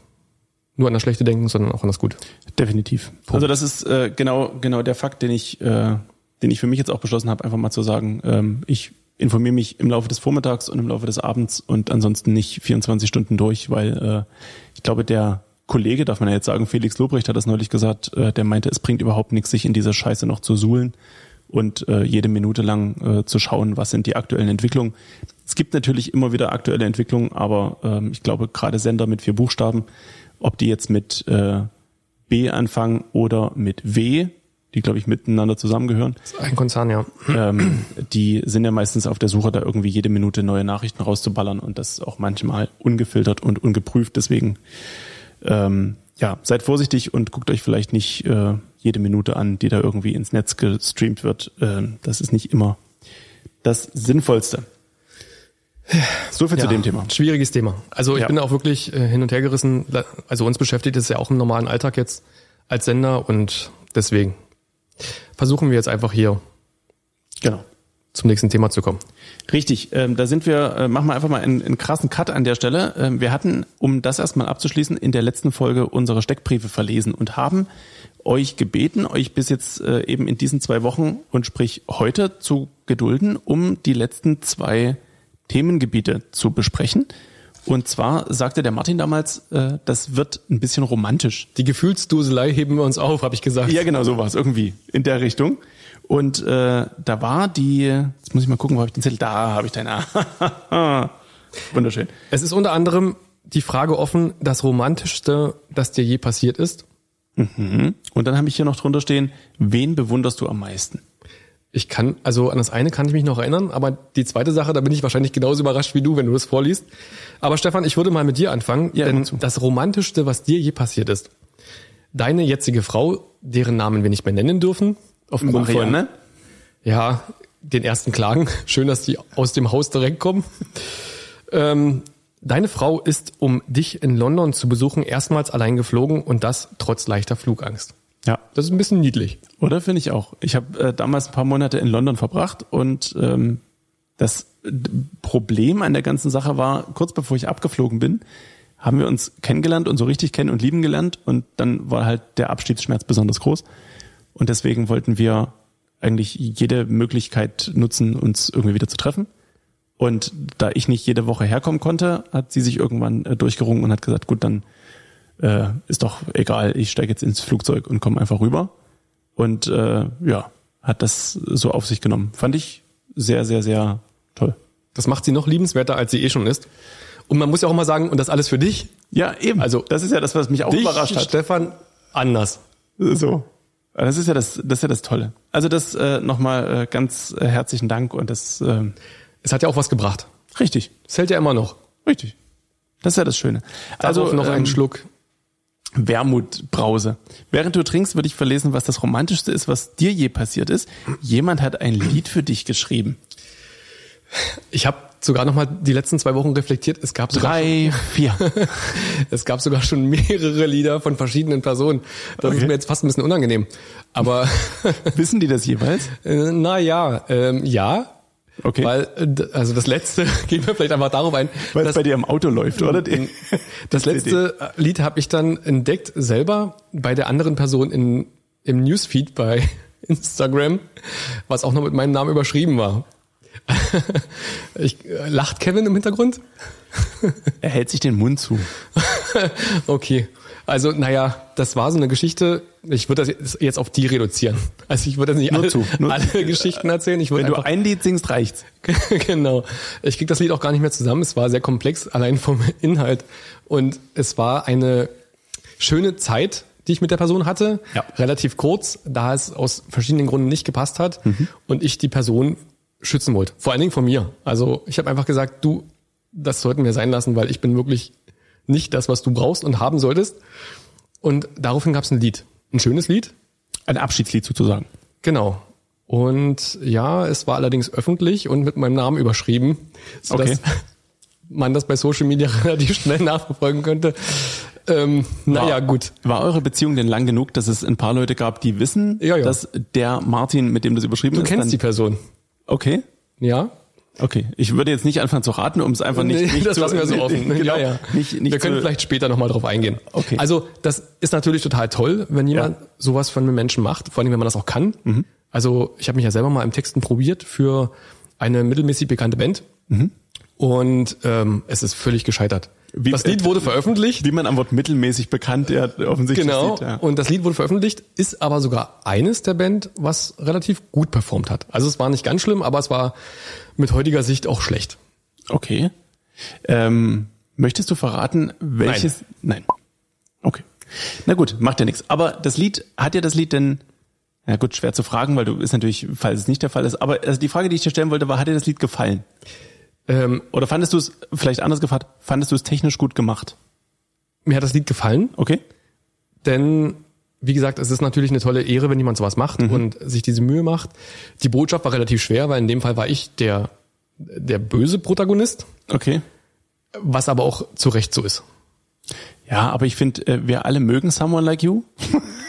C: nur an das Schlechte denken, sondern auch an das Gute.
B: Definitiv. Also das ist äh, genau genau der Fakt, den ich äh, den ich für mich jetzt auch beschlossen habe, einfach mal zu sagen, ähm, ich informiere mich im Laufe des Vormittags und im Laufe des Abends und ansonsten nicht 24 Stunden durch, weil äh, ich glaube der Kollege, darf man ja jetzt sagen, Felix Lobrecht hat das neulich gesagt, äh, der meinte, es bringt überhaupt nichts, sich in dieser Scheiße noch zu suhlen und äh, jede Minute lang äh, zu schauen, was sind die aktuellen Entwicklungen. Es gibt natürlich immer wieder aktuelle Entwicklungen, aber ähm, ich glaube gerade Sender mit vier Buchstaben, ob die jetzt mit äh, B anfangen oder mit W die, glaube ich, miteinander zusammengehören,
C: Ein Konzern, ja.
B: ähm, die sind ja meistens auf der Suche, da irgendwie jede Minute neue Nachrichten rauszuballern und das auch manchmal ungefiltert und ungeprüft. Deswegen, ähm, ja, seid vorsichtig und guckt euch vielleicht nicht äh, jede Minute an, die da irgendwie ins Netz gestreamt wird. Ähm, das ist nicht immer das Sinnvollste. So viel zu
C: Ja,
B: dem Thema.
C: Schwieriges Thema. Also ich
B: Ja.
C: bin auch wirklich äh, hin und her gerissen. La- Also uns beschäftigt es ja auch im normalen Alltag jetzt als Sender und deswegen versuchen wir jetzt einfach hier
B: Genau.
C: zum nächsten Thema zu kommen.
B: Richtig, ähm, da sind wir, äh, machen wir einfach mal einen, einen krassen Cut an der Stelle. Ähm, wir hatten, um das erstmal abzuschließen, in der letzten Folge unsere Steckbriefe verlesen und haben euch gebeten, euch bis jetzt äh, eben in diesen zwei Wochen und sprich heute zu gedulden, um die letzten zwei Themengebiete zu besprechen. Und zwar sagte der Martin damals, äh, das wird ein bisschen romantisch.
C: Die Gefühlsduselei heben wir uns auf, habe ich gesagt.
B: Ja, genau, so war es irgendwie in der Richtung. Und äh, da war die, jetzt muss ich mal gucken, wo habe ich den Zettel? Da habe ich deinen. Ah. Wunderschön.
C: Es ist unter anderem die Frage offen, das romantischste, das dir je passiert ist.
B: Und dann habe ich hier noch drunter stehen, wen bewunderst du am meisten?
C: Ich kann, also an das eine kann ich mich noch erinnern, aber die zweite Sache, da bin ich wahrscheinlich genauso überrascht wie du, wenn du das vorliest. Aber Stefan, ich würde mal mit dir anfangen,
B: Ja,
C: denn
B: gut so.
C: das Romantischste, was dir je passiert ist, deine jetzige Frau, deren Namen wir nicht mehr nennen dürfen, aufgrund
B: ne?
C: von, ja, den ersten Klagen, schön, dass die aus dem Haus direkt kommen. Ähm, deine Frau ist, um dich in London zu besuchen, erstmals allein geflogen und das trotz leichter Flugangst.
B: Ja,
C: Das ist ein bisschen niedlich.
B: oder finde ich auch. Ich habe äh, damals ein paar Monate in London verbracht und ähm, das äh, Problem an der ganzen Sache war, kurz bevor ich abgeflogen bin, haben wir uns kennengelernt und so richtig kennen und lieben gelernt und dann war halt der Abschiedsschmerz besonders groß und deswegen wollten wir eigentlich jede Möglichkeit nutzen, uns irgendwie wieder zu treffen. Und da ich nicht jede Woche herkommen konnte, hat sie sich irgendwann äh, durchgerungen und hat gesagt, gut, dann äh, ist doch egal, ich steige jetzt ins Flugzeug und komme einfach rüber. Und äh, ja, hat das so auf sich genommen. Fand ich sehr, sehr, sehr toll.
C: Das macht sie noch liebenswerter, als sie eh schon ist. Und man muss ja auch mal sagen, und das alles für dich,
B: Ja, eben.
C: Also,
B: das ist ja das, was mich auch
C: dich,
B: überrascht hat.
C: Stefan, anders.
B: So. Das ist ja das, das ist ja das Tolle. Also das äh, nochmal äh, ganz äh, herzlichen Dank und das ähm,
C: Es hat ja auch was gebracht.
B: richtig,
C: Es hält ja immer noch.
B: richtig. Das ist ja das Schöne.
C: Also noch
B: ähm,
C: einen Schluck.
B: Wermutbrause. Während du trinkst, würde ich verlesen, was das Romantischste ist, was dir je passiert ist. Jemand hat ein Lied für dich geschrieben.
C: Ich habe sogar noch mal die letzten zwei Wochen reflektiert. Es gab sogar,
B: Drei, vier.
C: es gab sogar schon mehrere Lieder von verschiedenen Personen. Das ist
B: Okay.
C: mir jetzt fast ein bisschen unangenehm. Aber
B: Wissen die das jeweils?
C: äh, naja, ähm, ja.
B: Okay.
C: Weil, äh, d- also das letzte, gehen wir vielleicht einfach darauf ein.
B: Weil es
C: dass-
B: bei dir im Auto läuft, oder?
C: Das letzte Lied habe ich dann entdeckt selber bei der anderen Person in, im Newsfeed bei Instagram, was auch noch mit meinem Namen überschrieben war. Ich, äh, lacht Kevin im Hintergrund?
B: Er hält sich den Mund zu.
C: Okay. Also, naja, das war so eine Geschichte. Ich würde das jetzt auf die reduzieren. Also ich würde das nicht
B: Nur
C: alle,
B: zu, nur
C: alle Geschichten erzählen. Ich würde
B: Wenn du
C: einfach-
B: ein Lied singst, reicht's.
C: genau. Ich krieg das Lied auch gar nicht mehr zusammen. Es war sehr komplex, allein vom Inhalt. Und es war eine schöne Zeit, die ich mit der Person hatte.
B: Ja.
C: Relativ kurz, da es aus verschiedenen Gründen nicht gepasst hat und ich die Person schützen wollte. Vor allen Dingen von mir. Also ich habe einfach gesagt, du, das sollten wir sein lassen, weil ich bin wirklich nicht das, was du brauchst und haben solltest. Und daraufhin gab es ein Lied. Ein schönes Lied,
B: Ein Abschiedslied sozusagen.
C: Genau. Und ja, es war allerdings öffentlich und mit meinem Namen überschrieben, sodass
B: Okay.
C: man das bei Social Media relativ schnell nachverfolgen könnte. Ähm, naja, gut.
B: War eure Beziehung denn lang genug, dass es ein paar Leute gab, die wissen,
C: Ja, ja.
B: dass der Martin, mit dem das überschrieben
C: Du
B: ist,
C: kennst die
B: dann,
C: Person.
B: Okay.
C: Ja?
B: Okay. Ich würde jetzt nicht anfangen zu raten, um es einfach nicht,
C: Nee,
B: nicht
C: das
B: zu,
C: lassen wir so offen.
B: Genau,
C: ja, ja.
B: Nicht, nicht
C: wir können
B: zu,
C: vielleicht später nochmal drauf eingehen.
B: Okay.
C: Also, das ist natürlich total toll, wenn jemand
B: Ja. Mhm.
C: sowas von einem Menschen macht, vor allem, wenn man das auch kann. Also, ich habe mich ja selber mal im Texten probiert für eine mittelmäßig bekannte Band. Und ähm, es ist völlig gescheitert.
B: Mhm. Wie-
C: das Lied wurde veröffentlicht.
B: wie man am Wort mittelmäßig bekannt, ja, offensichtlich
C: Genau.
B: sieht. Ja.
C: Und das Lied wurde veröffentlicht, ist aber sogar eines der Band, was relativ gut performt hat. Also es war nicht ganz schlimm, aber es war mit heutiger Sicht auch schlecht.
B: Okay. Ähm, möchtest du verraten, welches? Nein. Okay. Na gut, macht ja nichts. Aber das Lied, hat dir das Lied denn, Na gut, schwer zu fragen, weil du ist natürlich, falls es nicht der Fall ist. Aber also die Frage, die ich dir stellen wollte, war, hat dir das Lied gefallen?
C: Ähm,
B: Oder fandest du es, vielleicht anders gefragt, fandest du es technisch gut gemacht?
C: mir hat das Lied gefallen,
B: Okay?
C: denn wie gesagt, es ist natürlich eine tolle Ehre, wenn jemand sowas macht
B: Mhm.
C: und sich diese Mühe macht. Die Botschaft war relativ schwer, weil in dem Fall war ich der, der böse Protagonist,
B: Okay.
C: was aber auch zu Recht so ist.
B: Ja, aber ich finde, äh, wir alle mögen Someone Like You.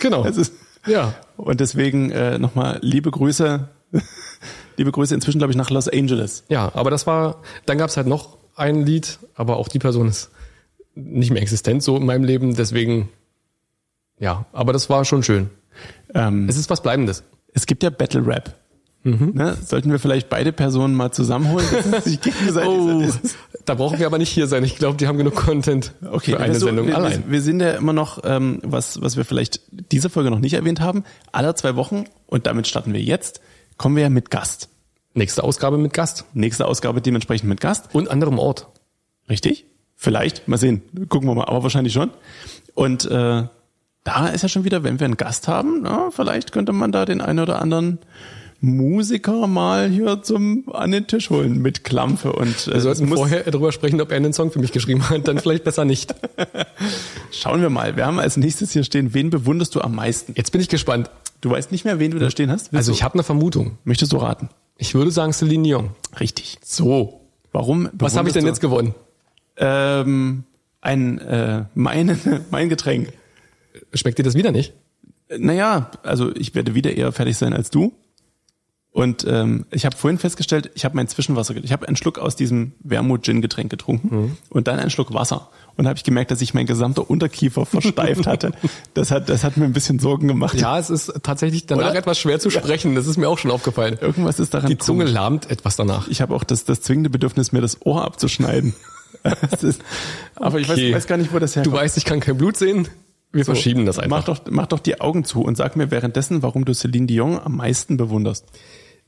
C: Genau.
B: Es ist,
C: ja.
B: und deswegen äh, nochmal liebe Grüße, liebe Grüße inzwischen, glaube ich, nach Los Angeles.
C: Ja, aber das war, dann gab's halt noch ein Lied, aber auch die Person ist nicht mehr existent so in meinem Leben, deswegen, ja, aber das war schon schön.
B: Ähm,
C: Es ist was Bleibendes.
B: Es gibt ja Battle Rap.
C: Mhm.
B: Ne? Sollten wir vielleicht beide Personen mal zusammenholen, dass es sich gegenseitig
C: Oh. da brauchen wir aber nicht hier sein. Ich glaube, die haben genug Content
B: Okay,
C: für eine
B: also,
C: Sendung
B: wir,
C: allein.
B: Wir, wir sind ja immer noch, ähm, was, was wir vielleicht diese Folge noch nicht erwähnt haben, alle zwei Wochen, und damit starten wir jetzt, kommen wir ja mit Gast.
C: Nächste Ausgabe mit Gast
B: Nächste Ausgabe dementsprechend mit Gast.
C: und anderem Ort.
B: Richtig? Vielleicht, mal sehen, gucken wir mal, aber wahrscheinlich schon. Und äh, da ist ja schon wieder, wenn wir einen Gast haben, na, vielleicht könnte man da den einen oder anderen Musiker mal hier zum an den Tisch holen mit Klampe und äh,
C: Wir sollten
B: es muss-
C: vorher darüber sprechen, ob er einen Song für mich geschrieben hat, dann vielleicht besser nicht.
B: schauen wir mal. Wir haben als nächstes hier stehen, wen bewunderst du am meisten?
C: Jetzt bin ich gespannt.
B: Du weißt nicht mehr, wen du da stehen hast? Willst
C: Also
B: du-
C: ich habe eine Vermutung.
B: möchtest du raten?
C: Ich würde sagen Celine Dion.
B: Richtig.
C: So,
B: Warum?
C: was habe ich denn jetzt gewonnen?
B: Ähm, ein äh, mein mein Getränk.
C: Schmeckt dir das wieder nicht?
B: Naja, also ich werde wieder eher fertig sein als du. Und ähm, ich habe vorhin festgestellt, ich habe mein Zwischenwasser, get- ich habe einen Schluck aus diesem Wermut-Gin-Getränk getrunken
C: Mhm.
B: und dann einen Schluck Wasser. Und habe ich gemerkt, dass ich mein gesamter Unterkiefer versteift hatte. Das hat, das hat mir ein bisschen Sorgen gemacht.
C: Ja, es ist tatsächlich danach
B: Oder?
C: etwas schwer zu sprechen. Das ist mir auch schon aufgefallen.
B: Irgendwas ist daran
C: Die Zunge
B: komisch.
C: lahmt etwas danach.
B: Ich habe auch das, das zwingende Bedürfnis, mir das Ohr abzuschneiden. Das ist, aber ich weiß,
C: Okay.
B: weiß gar nicht, wo das herkommt.
C: Du weißt, ich kann kein Blut sehen. Wir verschieben das einfach.
B: Mach doch, mach doch die Augen zu und sag mir währenddessen, warum du Celine Dion am meisten bewunderst.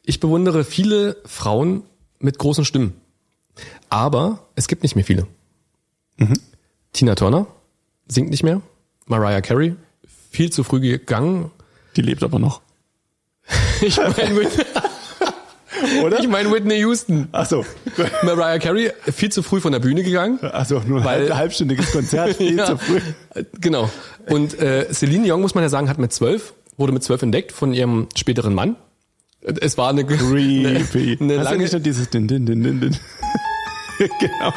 C: Ich bewundere viele Frauen mit großen Stimmen. Aber es gibt nicht mehr viele.
B: Mhm.
C: Tina Turner singt nicht mehr. Mariah Carey viel zu früh gegangen.
B: Die lebt aber noch.
C: Ich meine Whit-
B: Oder?
C: ich mein Whitney Houston.
B: Ach so.
C: Mariah Carey viel zu früh von der Bühne gegangen.
B: Also nur ein
C: Weil-
B: halb, halbstündiges Konzert, viel
C: Ja,
B: zu früh.
C: Genau. Und äh, Celine Dion, muss man ja sagen, hat mit zwölf, wurde mit zwölf entdeckt von ihrem späteren Mann. Äh, Es war eine,
B: Creepy.
C: eine, eine
B: Hast du
C: lange,
B: nicht noch dieses din, din, din, din, din? genau.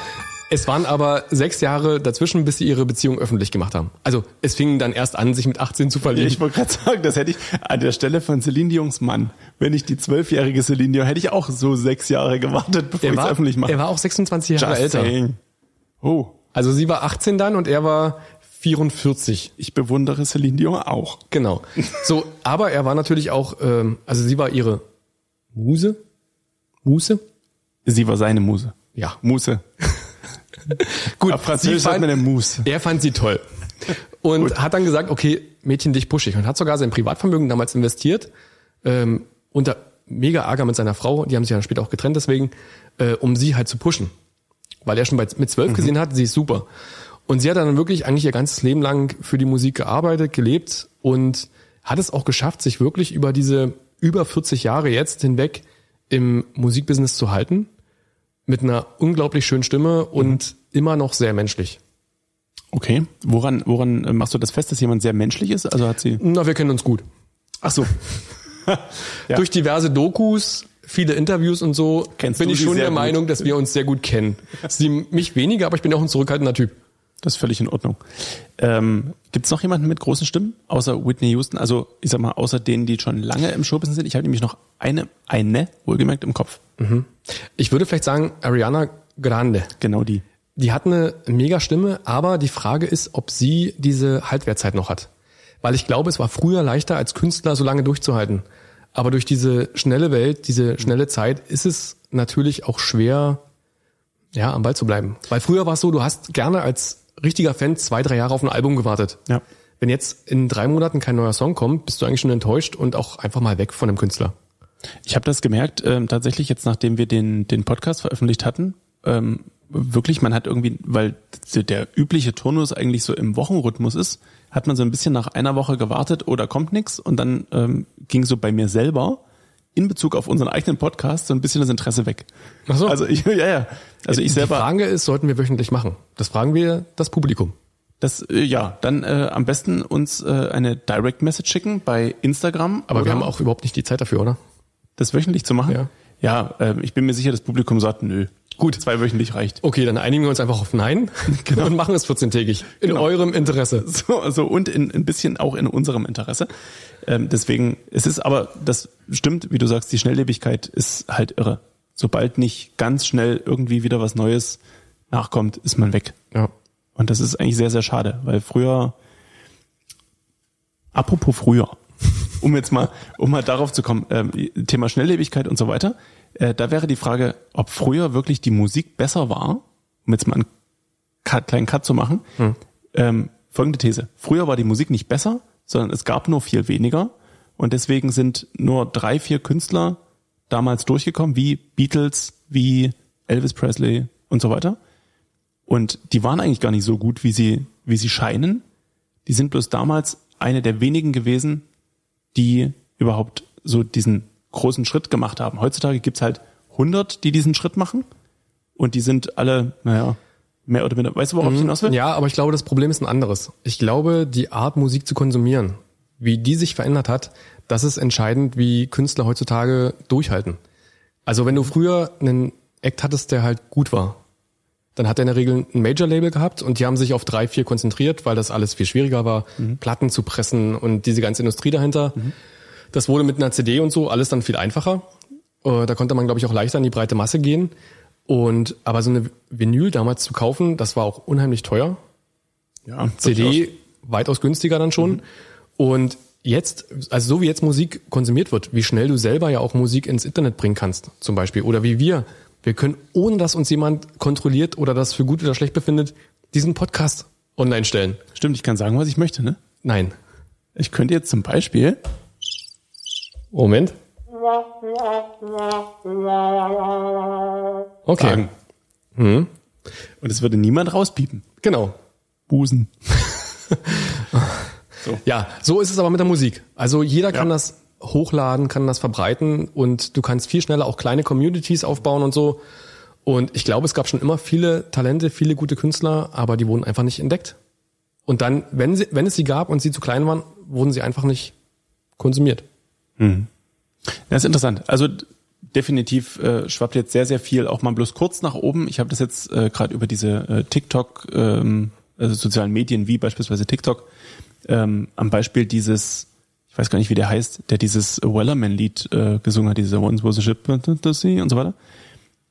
C: es waren aber sechs Jahre dazwischen, bis sie ihre Beziehung öffentlich gemacht haben. Also es fing dann erst an, sich mit 18 zu verlieben.
B: Ich wollte gerade sagen, das hätte ich an der Stelle von Celine Dions Mann, wenn ich die zwölfjährige Celine Dion, hätte ich auch so sechs Jahre gewartet, bevor ich es öffentlich mache.
C: er war auch 26 Jahre älter.
B: saying. Oh,
C: Also sie war 18 dann und er war 44.
B: ich bewundere Celine Dion auch.
C: Genau. So, aber er war natürlich auch, ähm, also sie war ihre Muse? Muse?
B: Sie war seine Muse.
C: Ja.
B: Muse.
C: Gut,
B: Auf Französisch sagt man eine Muse.
C: Er fand sie toll. Und hat dann gesagt, okay, Mädchen, dich pushe ich. Und hat sogar sein Privatvermögen damals investiert, ähm, unter mega Ärger mit seiner Frau, die haben sich ja später auch getrennt deswegen, äh, um sie halt zu pushen. Weil er schon bei, mit zwölf gesehen hat, sie ist super. Und sie hat dann wirklich eigentlich ihr ganzes Leben lang für die Musik gearbeitet, gelebt und hat es auch geschafft, sich wirklich über diese über 40 Jahre jetzt hinweg im Musikbusiness zu halten. Mit einer unglaublich schönen Stimme und immer noch sehr menschlich.
B: Okay. Woran, woran äh, machst du das fest, dass jemand sehr menschlich ist? Also hat sie.
C: Na, wir kennen uns gut.
B: Ach so. Ja.
C: Durch diverse Dokus, viele Interviews und so
B: Kennst
C: bin
B: du
C: ich
B: sie
C: schon
B: sehr
C: der
B: gut.
C: Meinung, dass wir uns sehr gut kennen. Sie mich weniger, aber ich bin auch ein zurückhaltender Typ.
B: Das ist völlig in Ordnung. Ähm, Gibt es noch jemanden mit großen Stimmen, außer Whitney Houston? Also ich sag mal, außer denen, die schon lange im Showbusiness sind. Ich habe nämlich noch eine, eine, wohlgemerkt, im Kopf.
C: Ich würde vielleicht sagen, Ariana Grande.
B: Genau die.
C: Die hat eine mega Stimme, aber die Frage ist, ob sie diese Haltwertzeit noch hat. Weil ich glaube, es war früher leichter, als Künstler so lange durchzuhalten. Aber durch diese schnelle Welt, diese schnelle Zeit, ist es natürlich auch schwer, ja, am Ball zu bleiben. Weil früher war es so, du hast gerne als richtiger Fan zwei, drei Jahre auf ein Album gewartet.
B: Ja.
C: Wenn jetzt in drei Monaten kein neuer Song kommt, bist du eigentlich schon enttäuscht und auch einfach mal weg von dem Künstler.
B: Ich habe das gemerkt, ähm, tatsächlich jetzt, nachdem wir den, den Podcast veröffentlicht hatten, ähm, wirklich, man hat irgendwie, weil der übliche Turnus eigentlich so im Wochenrhythmus ist, hat man so ein bisschen nach einer Woche gewartet oder kommt nichts und dann ähm, ging so bei mir selber in Bezug auf unseren eigenen Podcast so ein bisschen das Interesse weg.
C: Ach so.
B: Also ich, ja, ja. Also ich
C: Die
B: selber,
C: Frage ist, sollten wir wöchentlich machen? Das fragen wir das Publikum.
B: das, äh, ja, dann äh, am besten uns äh, eine Direct Message schicken bei Instagram.
C: Aber wir
B: oder-
C: haben auch überhaupt nicht die Zeit dafür, oder?
B: das wöchentlich zu machen.
C: Ja.
B: Ja, ähm, ich bin mir sicher, das Publikum sagt, nö. Gut. Zwei wöchentlich reicht.
C: Okay, dann einigen wir uns einfach auf Nein Genau. und machen es 14-tägig. In eurem Interesse.
B: So, so und in, ein bisschen auch in unserem Interesse. Ähm, deswegen, es ist aber, das stimmt, wie du sagst, die Schnelllebigkeit ist halt irre. Sobald nicht ganz schnell irgendwie wieder was Neues nachkommt, ist man weg.
C: Ja.
B: Und das ist eigentlich sehr, sehr schade, weil früher, apropos früher, um jetzt mal, um mal darauf zu kommen, ähm, Thema Schnelllebigkeit und so weiter, äh, da wäre die Frage, ob früher wirklich die Musik besser war, um jetzt mal einen Cut, kleinen Cut zu machen, ähm, folgende These. Früher war die Musik nicht besser, sondern es gab nur viel weniger und deswegen sind nur drei, vier Künstler damals durchgekommen, wie Beatles, wie Elvis Presley und so weiter. Und die waren eigentlich gar nicht so gut, wie sie, wie sie scheinen. Die sind bloß damals eine der wenigen gewesen, die überhaupt so diesen großen Schritt gemacht haben. Heutzutage gibt's halt 100, die diesen Schritt machen. Und die sind alle, naja, mehr oder minder. Weißt du, worauf ich hinaus will?
C: Mhm. Ja, aber ich glaube, das Problem ist ein anderes. Ich glaube, die Art, Musik zu konsumieren, wie die sich verändert hat, das ist entscheidend, wie Künstler heutzutage durchhalten. Also wenn du früher einen Act hattest, der halt gut war, dann hat er in der Regel ein Major-Label gehabt und die haben sich auf drei, vier konzentriert, weil das alles viel schwieriger war, Platten zu pressen und diese ganze Industrie dahinter. Das wurde mit einer CD und so alles dann viel einfacher. Äh, Da konnte man, glaube ich, auch leichter in die breite Masse gehen. Und aber so eine Vinyl damals zu kaufen, das war auch unheimlich teuer.
B: Ja,
C: CD weitaus günstiger dann schon. Und jetzt, also so wie jetzt Musik konsumiert wird, wie schnell du selber ja auch Musik ins Internet bringen kannst, zum Beispiel, oder wie wir, wir können, ohne dass uns jemand kontrolliert oder das für gut oder schlecht befindet, diesen Podcast online stellen.
B: Stimmt, ich kann sagen, was ich möchte, ne?
C: Nein.
B: Ich könnte jetzt zum Beispiel,
C: Moment. Okay.
B: Sagen. Mhm. und es würde niemand rauspiepen.
C: Genau.
B: Busen.
C: Ja, so ist es aber mit der Musik. Also jeder kann
B: Ja.
C: das hochladen, kann das verbreiten und du kannst viel schneller auch kleine Communities aufbauen und so. Und ich glaube, es gab schon immer viele Talente, viele gute Künstler, aber die wurden einfach nicht entdeckt. Und dann, wenn, sie, wenn es sie gab und sie zu klein waren, wurden sie einfach nicht konsumiert.
B: Das ist interessant. Also d- definitiv äh, schwappt jetzt sehr, sehr viel, auch mal bloß kurz nach oben. Ich habe das jetzt äh, gerade über diese äh, TikTok, ähm, also sozialen Medien wie beispielsweise TikTok, ähm, am Beispiel dieses, ich weiß gar nicht, wie der heißt, der dieses Wellerman-Lied äh, gesungen hat, diese Once was a ship to sea und so weiter.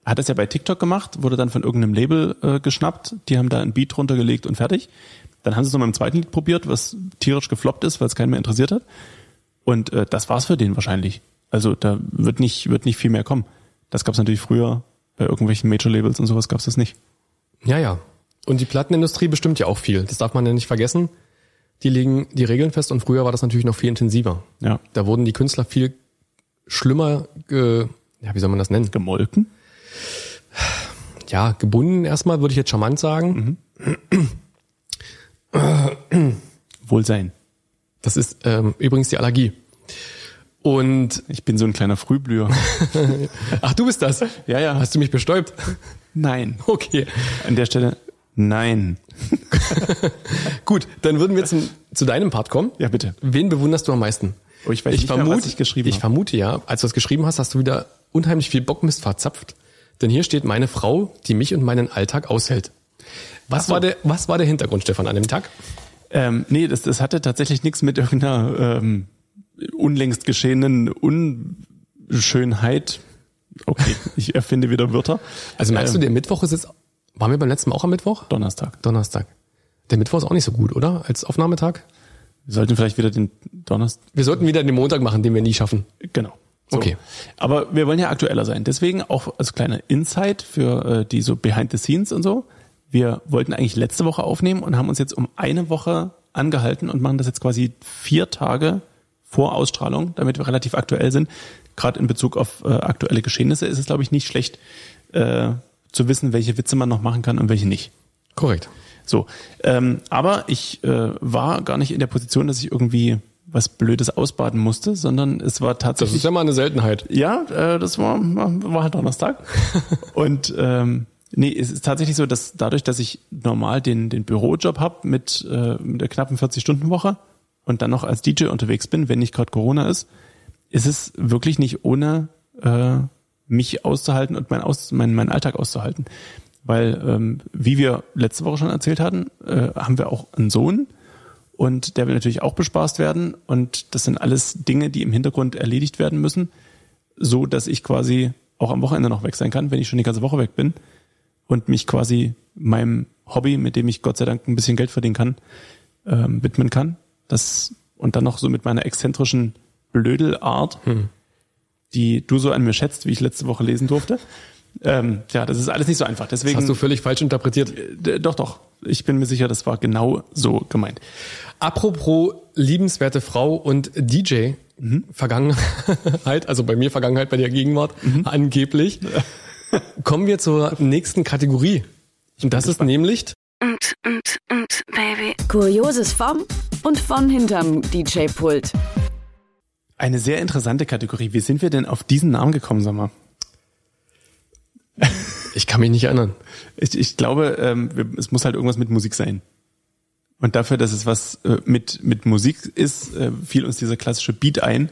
B: Hat das ja bei TikTok gemacht, wurde dann von irgendeinem Label äh, geschnappt, die haben da ein Beat runtergelegt und fertig. Dann haben sie es noch mit dem zweiten Lied probiert, was tierisch gefloppt ist, weil es keinen mehr interessiert hat. Und äh, das war's für den wahrscheinlich. Also da wird nicht, wird nicht viel mehr kommen. Das gab's natürlich früher bei irgendwelchen Major-Labels und sowas gab's das nicht.
C: Ja, ja. Und die Plattenindustrie bestimmt ja auch viel. Das darf man ja nicht vergessen. Die legen die Regeln fest und früher war das natürlich noch viel intensiver.
B: Ja.
C: Da wurden die Künstler viel schlimmer, ge, ja, wie soll man das nennen?
B: Gemolken?
C: ja, gebunden erstmal, würde ich jetzt charmant sagen.
B: Mhm. Wohl sein.
C: Das ist ähm, übrigens die Allergie. Und
B: Ich bin so ein kleiner Frühblüher.
C: ach, du bist das.
B: ja, ja.
C: Hast du mich bestäubt?
B: Nein.
C: Okay.
B: An der Stelle, nein.
C: Gut, dann würden wir zum, zu deinem Part kommen.
B: Ja, bitte.
C: Wen bewunderst du am meisten?
B: Oh, ich weiß nicht mehr, was ich geschrieben
C: Ich
B: habe.
C: vermute ja, als du das geschrieben hast, hast du wieder unheimlich viel Bockmist verzapft. Denn hier steht meine Frau, die mich und meinen Alltag aushält. Was, war, der, was war der Hintergrund, Stefan, an dem Tag?
B: Ähm, nee, das, das hatte tatsächlich nichts mit irgendeiner ähm, unlängst geschehenen Unschönheit. Okay, ich erfinde wieder Wörter. Ähm,
C: Also meinst du, der Mittwoch ist jetzt, waren wir beim letzten Mal auch am Mittwoch?
B: Donnerstag.
C: Donnerstag. Der Mittwoch ist auch nicht so gut, oder? Als Aufnahmetag?
B: Wir sollten vielleicht wieder den Donnerstag.
C: Wir sollten wieder den Montag machen, den wir nie schaffen.
B: Genau. So.
C: Okay.
B: Aber wir wollen ja aktueller sein. Deswegen auch als kleiner Insight für äh, die so Behind the Scenes und so. Wir wollten eigentlich letzte Woche aufnehmen und haben uns jetzt um eine Woche angehalten und machen das jetzt quasi vier Tage vor Ausstrahlung, damit wir relativ aktuell sind. Gerade in Bezug auf äh, aktuelle Geschehnisse ist es, glaube ich, nicht schlecht, äh, zu wissen, welche Witze man noch machen kann und welche nicht.
C: Korrekt.
B: So, ähm, aber ich äh, war gar nicht in der Position, dass ich irgendwie was Blödes ausbaden musste, sondern es war
C: Das
B: tatsächlich
C: ist ja mal eine Seltenheit.
B: ja, äh, das war, war halt Donnerstag. Und ähm, nee, es ist tatsächlich so, dass dadurch, dass ich normal den, den Bürojob habe mit, äh, mit der knappen 40-Stunden-Woche und dann noch als DJ unterwegs bin, wenn nicht gerade Corona ist, ist es wirklich nicht ohne äh, mich auszuhalten und mein Aus, mein, meinen Alltag auszuhalten. Weil, ähm, wie wir letzte Woche schon erzählt hatten, äh, haben wir auch einen Sohn und der will natürlich auch bespaßt werden und das sind alles Dinge, die im Hintergrund erledigt werden müssen so, dass ich quasi auch am Wochenende noch weg sein kann, wenn ich schon die ganze Woche weg bin und mich quasi meinem Hobby, mit dem ich Gott sei Dank ein bisschen Geld verdienen kann, ähm, widmen kann. Das und dann noch so mit meiner exzentrischen Blödelart,
C: Hm.
B: die du so an mir schätzt, wie ich letzte Woche lesen durfte. Ähm, ja, das ist alles nicht so einfach.
C: Das
B: Deswegen, äh,
C: hast du völlig falsch interpretiert.
B: d- doch, doch. Ich bin mir sicher, das war genau so gemeint.
C: Apropos liebenswerte Frau und DJ,
B: Mhm.
C: Vergangenheit, also bei mir Vergangenheit, bei der Gegenwart,
B: Mhm.
C: angeblich, kommen wir zur nächsten Kategorie. Und das ist nämlich
D: und, und, und, Baby.
A: Kurioses vom und von hinterm DJ-Pult.
B: Eine sehr interessante Kategorie. Wie sind wir denn auf diesen Namen gekommen, sag mal?
C: Ich kann mich nicht erinnern.
B: Ich, ich glaube, ähm, wir- es muss halt irgendwas mit Musik sein. Und dafür, dass es was äh, mit, mit Musik ist, äh, fiel uns dieser klassische Beat ein.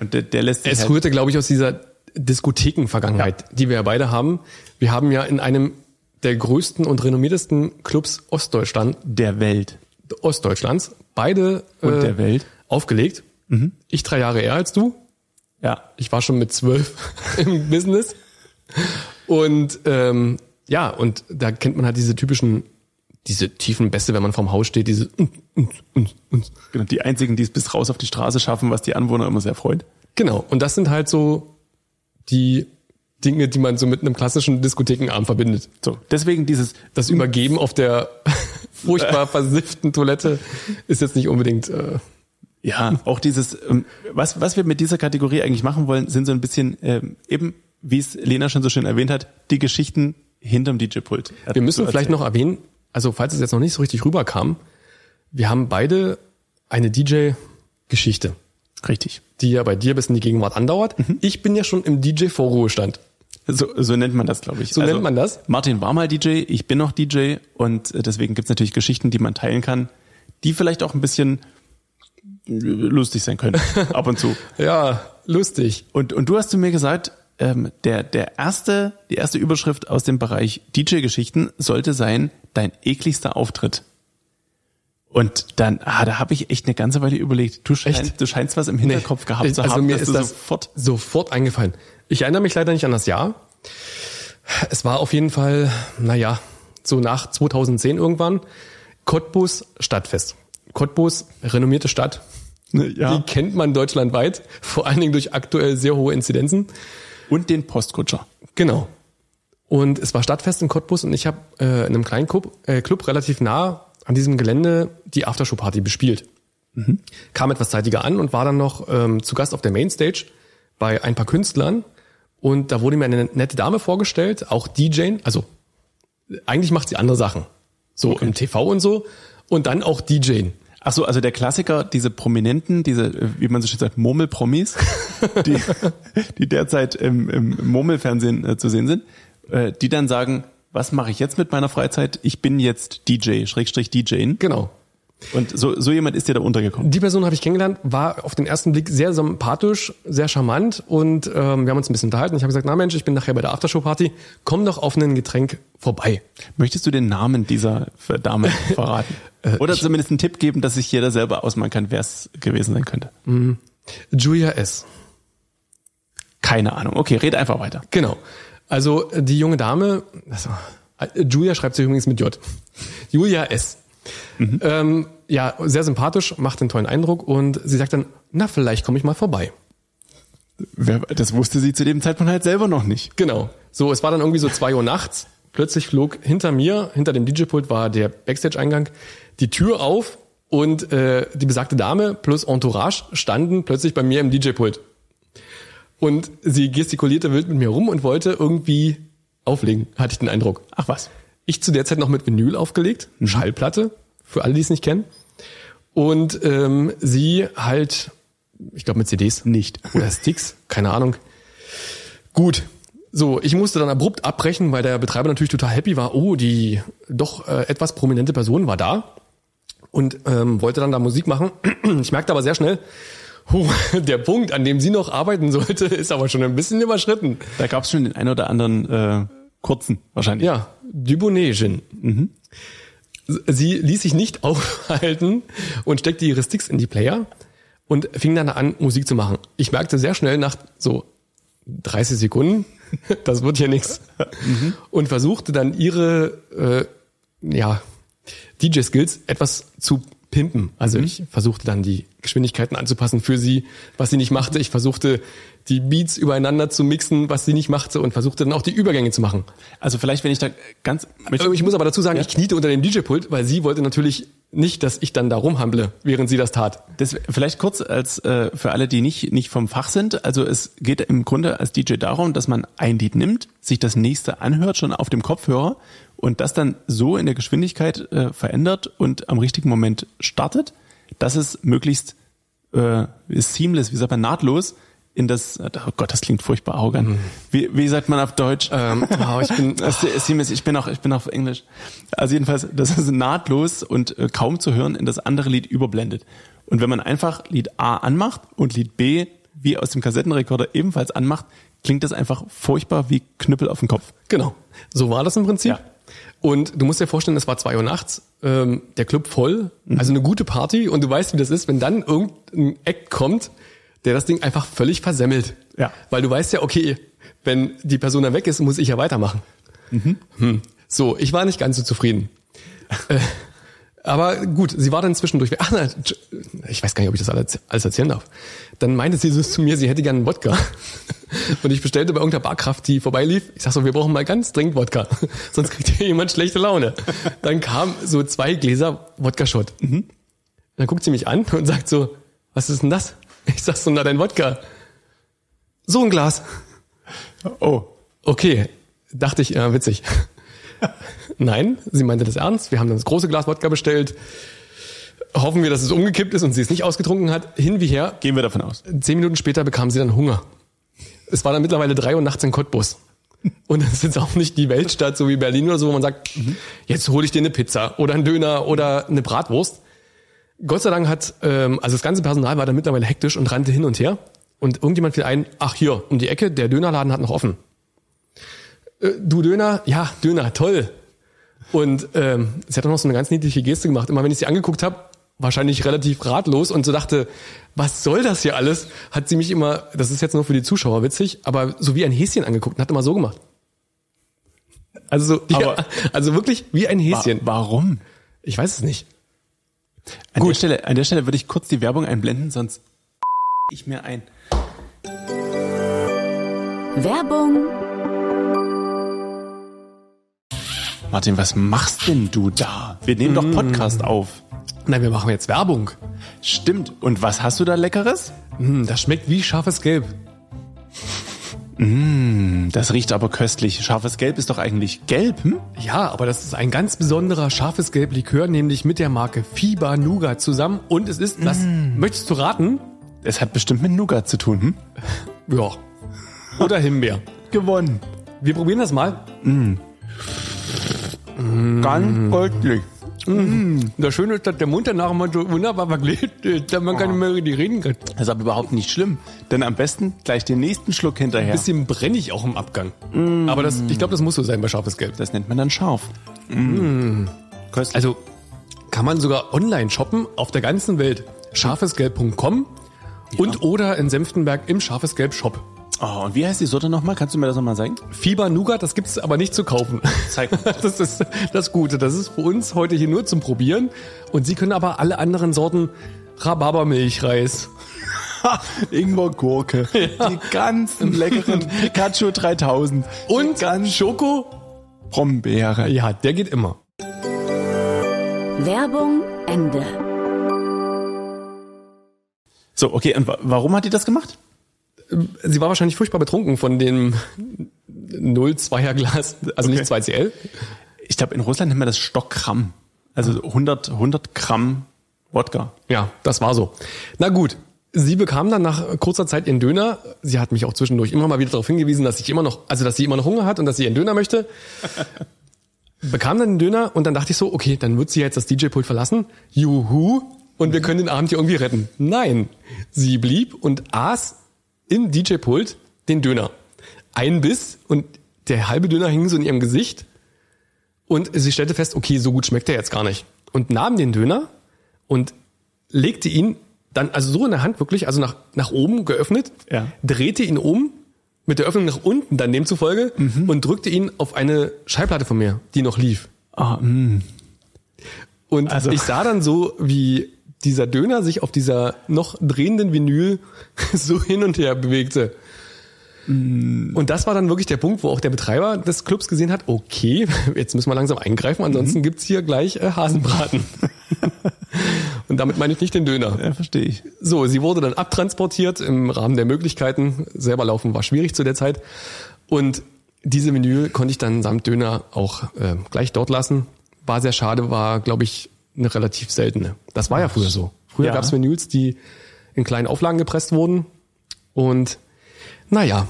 B: Und der, der lässt sich
C: Es
B: halt,
C: rührte, glaube ich, aus dieser Diskotheken-Vergangenheit, die wir ja beide haben. Wir haben ja in einem der größten und renommiertesten Clubs Ostdeutschland,
B: der Welt.
C: Ostdeutschlands beide äh,
B: Und der Mhm. Welt.
C: aufgelegt. Ich drei Jahre eher als du,
B: Ja.
C: ich war schon mit zwölf im Business. Und ähm, ja, und da kennt man halt diese typischen, diese tiefen Bässe, wenn man vorm Haus steht, diese und, und, und, und.
B: Genau, die einzigen, die es bis raus auf die Straße schaffen, was die Anwohner immer sehr freut.
C: Genau, und das sind halt so die Dinge, die man so mit einem klassischen Diskothekenabend verbindet.
B: So, deswegen dieses
C: Das Übergeben auf der furchtbar versifften Toilette ist jetzt nicht unbedingt äh,
B: Ja, auch dieses, ähm, was, was wir mit dieser Kategorie eigentlich machen wollen, sind so ein bisschen ähm, eben, wie es Lena schon so schön erwähnt hat, die Geschichten hinterm DJ-Pult.
C: Wir müssen vielleicht noch erwähnen, also falls es jetzt noch nicht so richtig rüberkam, wir haben beide eine DJ-Geschichte,
B: Richtig.
C: die ja bei dir bis in die Gegenwart andauert.
B: Mhm.
C: Ich bin ja schon im DJ-Vorruhestand.
B: So, so nennt man das, glaube ich. Also,
C: So nennt man das?
B: Martin war mal DJ, ich bin noch DJ und äh, deswegen gibt's natürlich Geschichten, die man teilen kann, die vielleicht auch ein bisschen lustig sein können, ab und zu.
C: Ja, lustig.
B: Und, und du hast zu mir gesagt, ähm, der, der erste, die erste Überschrift aus dem Bereich DJ-Geschichten sollte sein, dein ekligster Auftritt. Und dann, ah, da habe ich echt eine ganze Weile überlegt, du scheinst,
C: Echt?
B: du scheinst was im Hinterkopf gehabt zu
C: also
B: haben,
C: mir
B: dass
C: ist
B: du
C: das
B: sofort
C: sofort, sofort eingefallen. Ich erinnere mich leider nicht an das Jahr. Es war auf jeden Fall, naja, so nach 2010 irgendwann, Cottbus Stadtfest. Cottbus, renommierte Stadt,
B: ja,
C: die kennt man deutschlandweit, vor allen Dingen durch aktuell sehr hohe Inzidenzen.
B: und den Postkutscher.
C: Genau. Und es war Stadtfest in Cottbus und ich habe äh, in einem kleinen Club, äh, Club relativ nah an diesem Gelände die Aftershow-Party bespielt. Kam etwas zeitiger an und war dann noch ähm, zu Gast auf der Mainstage bei ein paar Künstlern. Und da wurde mir eine nette Dame vorgestellt, auch DJ, also eigentlich macht sie andere Sachen. So im TV und so. Und dann auch DJ.
B: Ach so, also der Klassiker, diese Prominenten, diese, äh, wie man so schön sagt, Murmelpromis, die, die derzeit im, im Murmelfernsehen äh, zu sehen sind, äh, die dann sagen, was mache ich jetzt mit meiner Freizeit? Ich bin jetzt DJ, Schrägstrich DJing.
C: Genau.
B: Und so, so jemand ist dir da untergekommen.
C: Die Person habe ich kennengelernt, war auf den ersten Blick sehr sympathisch, sehr charmant und ähm, wir haben uns ein bisschen unterhalten. Ich habe gesagt, na Mensch, ich bin nachher bei der Aftershow-Party, komm doch auf ein Getränk vorbei.
B: Möchtest du den Namen dieser Dame verraten? Oder zumindest einen Tipp geben, dass sich jeder selber ausmalen kann, wer es gewesen sein könnte?
C: Julia S.
B: Keine Ahnung. Okay, red einfach weiter.
C: Genau. Also äh, die junge Dame, also, äh, Julia schreibt sich übrigens mit J. Julia S. Ähm, ja, sehr sympathisch, macht einen tollen Eindruck und sie sagt dann, na vielleicht komme ich mal vorbei.
B: Wer, das wusste sie zu dem Zeitpunkt halt selber noch nicht.
C: Genau. So, es war dann irgendwie so zwei Uhr nachts. Plötzlich flog hinter mir, hinter dem DJ-Pult war der Backstage-Eingang, die Tür auf und äh, die besagte Dame plus Entourage standen plötzlich bei mir im DJ-Pult. Und sie gestikulierte wild mit mir rum und wollte irgendwie auflegen, hatte ich den Eindruck.
B: Ach was.
C: Ich zu der Zeit noch mit Vinyl aufgelegt, Schallplatte, für alle, die es nicht kennen. Und ähm, sie halt, ich glaube mit CDs.
B: Nicht.
C: Oder Sticks, keine Ahnung. Gut. So, ich musste dann abrupt abbrechen, weil der Betreiber natürlich total happy war. Oh, die doch äh, etwas prominente Person war da und ähm, wollte dann da Musik machen. Ich merkte aber sehr schnell, huh, der Punkt, an dem sie noch arbeiten sollte, ist aber schon ein bisschen überschritten.
B: Da gab es schon den einen oder anderen äh, kurzen wahrscheinlich.
C: Ja, Dubonegin. Sie ließ sich nicht aufhalten und steckte ihre Sticks in die Player und fing dann an, Musik zu machen. Ich merkte sehr schnell nach so 30 Sekunden, das wird hier nichts. Und versuchte dann ihre, äh, ja, DJ-Skills etwas zu pimpen. Also ich versuchte dann die Geschwindigkeiten anzupassen für sie, was sie nicht machte. Ich versuchte die Beats übereinander zu mixen, was sie nicht machte und versuchte dann auch die Übergänge zu machen.
B: Also vielleicht, wenn ich da ganz... Mit,
C: Ähm, Also Ich muss aber dazu sagen, ich kniete unter dem DJ-Pult, weil sie wollte natürlich nicht, dass ich dann da rumhamble, während sie das tat.
B: Das vielleicht kurz als äh, für alle, die nicht nicht vom Fach sind. Also es geht im Grunde als DJ darum, dass man ein Lied nimmt, sich das nächste anhört schon auf dem Kopfhörer und das dann so in der Geschwindigkeit äh, verändert und am richtigen Moment startet, dass es möglichst äh, seamless, wie sagt man, nahtlos in das. Oh Gott, das klingt furchtbar arrogant. Wie, wie sagt man auf Deutsch?
C: Mhm. Ähm, oh, ich bin,
B: Das ist seamless. Ich bin auch, ich bin auch auf Englisch. Also jedenfalls, das ist nahtlos und äh, kaum zu hören in das andere Lied überblendet. Und wenn man einfach Lied A anmacht und Lied B wie aus dem Kassettenrekorder ebenfalls anmacht, klingt das einfach furchtbar wie Knüppel auf den Kopf.
C: Genau. So war das im Prinzip.
B: Ja.
C: Und du musst dir vorstellen, es war zwei Uhr nachts, ähm, der Club voll, also eine gute Party und du weißt, wie das ist, wenn dann irgendein Act kommt, der das Ding einfach völlig versemmelt.
B: Ja.
C: Weil du weißt ja, okay, wenn die Person da weg ist, muss ich ja weitermachen. Hm. So, ich war nicht ganz so zufrieden. Äh, Aber gut, sie war dann zwischendurch. weg. Ach, na, tsch- ich weiß gar nicht, ob ich das alles alles erzählen darf. Dann meinte sie so zu mir, sie hätte gern einen Wodka. Und ich bestellte bei irgendeiner Barkraft, die vorbeilief. Ich sag so, wir brauchen mal ganz dringend Wodka. Sonst kriegt hier jemand schlechte Laune. Dann kam so zwei Gläser Wodka-Shot. Dann guckt sie mich an und sagt so, was ist denn das? Ich sag so, na dein Wodka. So ein Glas.
B: Oh.
C: Okay, dachte ich, äh, witzig. Nein, sie meinte das ernst. Wir haben dann das große Glas Wodka bestellt. Hoffen wir, dass es umgekippt ist und sie es nicht ausgetrunken hat. Hin wie her.
B: Gehen wir davon aus.
C: Zehn Minuten später bekam sie dann Hunger. Es war dann mittlerweile drei Uhr nachts in Cottbus. Und das ist jetzt auch nicht die Weltstadt, so wie Berlin oder so, wo man sagt, jetzt hole ich dir eine Pizza oder einen Döner oder eine Bratwurst. Gott sei Dank hat, ähm, also das ganze Personal war dann mittlerweile hektisch und rannte hin und her. Und irgendjemand fiel ein, ach hier, um die Ecke, der Dönerladen hat noch offen. Äh, du Döner? Ja, Döner, toll. Und ähm, sie hat auch noch so eine ganz niedliche Geste gemacht. Immer wenn ich sie angeguckt habe, wahrscheinlich relativ ratlos und so dachte, was soll das hier alles? Hat sie mich immer, das ist jetzt nur für die Zuschauer witzig, aber so wie ein Häschen angeguckt und hat immer so gemacht. Also, so, ja,
B: Aber-
C: also wirklich wie ein
B: Wa-
C: Häschen.
B: Warum?
C: Ich weiß es nicht.
B: An der Stelle, an der Stelle würde ich kurz die Werbung einblenden, sonst ich mir ein.
A: Werbung
B: Martin, was machst denn du da? Wir nehmen doch Podcast auf.
C: Nein, wir machen jetzt Werbung.
B: Stimmt. Und was hast du da Leckeres?
C: Hm, das schmeckt wie scharfes Gelb.
B: Das riecht aber köstlich. Scharfes Gelb ist doch eigentlich gelb, hm?
C: Ja, aber das ist ein ganz besonderer scharfes Gelb Likör, nämlich mit der Marke Fiba Nougat zusammen. Und es ist, das möchtest du raten?
B: Es hat bestimmt mit Nougat zu tun, hm?
C: Ja. Oder Himbeer.
B: Gewonnen.
C: Wir probieren das mal.
B: Ganz deutlich.
C: Das Schöne ist, dass der Mund danach immer so wunderbar verklebt ist, dass man gar nicht mehr richtig reden kann. Ein
B: Das ist aber überhaupt nicht schlimm. Denn am besten gleich den nächsten Schluck hinterher.
C: bisschen brennig auch im Abgang. Aber das, ich glaube, das muss so sein bei scharfes Gelb.
B: Das nennt man dann scharf. Mhm. Köstlich.
C: Also kann man sogar online shoppen auf der ganzen Welt. Scharfesgelb.com und oder in Senftenberg im Scharfesgelb Shop.
B: Oh, und wie heißt die Sorte nochmal? Kannst du mir das nochmal sagen?
C: Fieber Nougat, das gibt's aber nicht zu kaufen.
B: Zeig.
C: Das ist das Gute. Das ist für uns heute hier nur zum Probieren. Und Sie können aber alle anderen Sorten Rhabarbermilchreis.
B: Ingwer Gurke. Die ganzen leckeren Pikachu 3000.
C: Und Schoko?
B: Brombeere.
C: Ja, der geht immer.
A: Werbung Ende.
B: So, okay. Und wa warum hat die das gemacht?
C: Sie war wahrscheinlich furchtbar betrunken von dem 0,2er Glas, also nicht 2CL.
B: Ich glaube, in Russland nennt man das Stockgramm. Also 100, 100 Gramm Wodka.
C: Ja, das war so. Na gut. Sie bekam dann nach kurzer Zeit ihren Döner. Sie hat mich auch zwischendurch immer mal wieder darauf hingewiesen, dass ich immer noch, also dass sie immer noch Hunger hat und dass sie ihren Döner möchte. Bekam dann den Döner und dann dachte ich so, okay, dann wird sie jetzt das DJ-Pult verlassen. Juhu. Und wir können den Abend hier irgendwie retten. Nein. Sie blieb und aß im DJ-Pult den Döner. Ein Biss und der halbe Döner hing so in ihrem Gesicht. Und sie stellte fest, okay, so gut schmeckt der jetzt gar nicht. Und nahm den Döner und legte ihn dann, also so in der Hand wirklich, also nach, nach oben geöffnet,
B: Ja.
C: drehte ihn um, mit der Öffnung nach unten dann demzufolge und drückte ihn auf eine Schallplatte von mir, die noch lief.
B: Ah, mh.
C: Und
B: Also-
C: ich sah dann so, wie dieser Döner sich auf dieser noch drehenden Vinyl so hin und her bewegte. Und das war dann wirklich der Punkt, wo auch der Betreiber des Clubs gesehen hat, okay, jetzt müssen wir langsam eingreifen, ansonsten gibt's hier gleich äh, Hasenbraten. und damit meine ich nicht den Döner.
B: Ja, verstehe ich.
C: So, sie wurde dann abtransportiert im Rahmen der Möglichkeiten. Selber laufen war schwierig zu der Zeit. Und diese Menü konnte ich dann samt Döner auch äh, gleich dort lassen. War sehr schade, war, glaube ich, eine relativ seltene. Das war ja früher so. Früher
B: Ja.
C: gab es Menüs, die in kleinen Auflagen gepresst wurden. Und naja,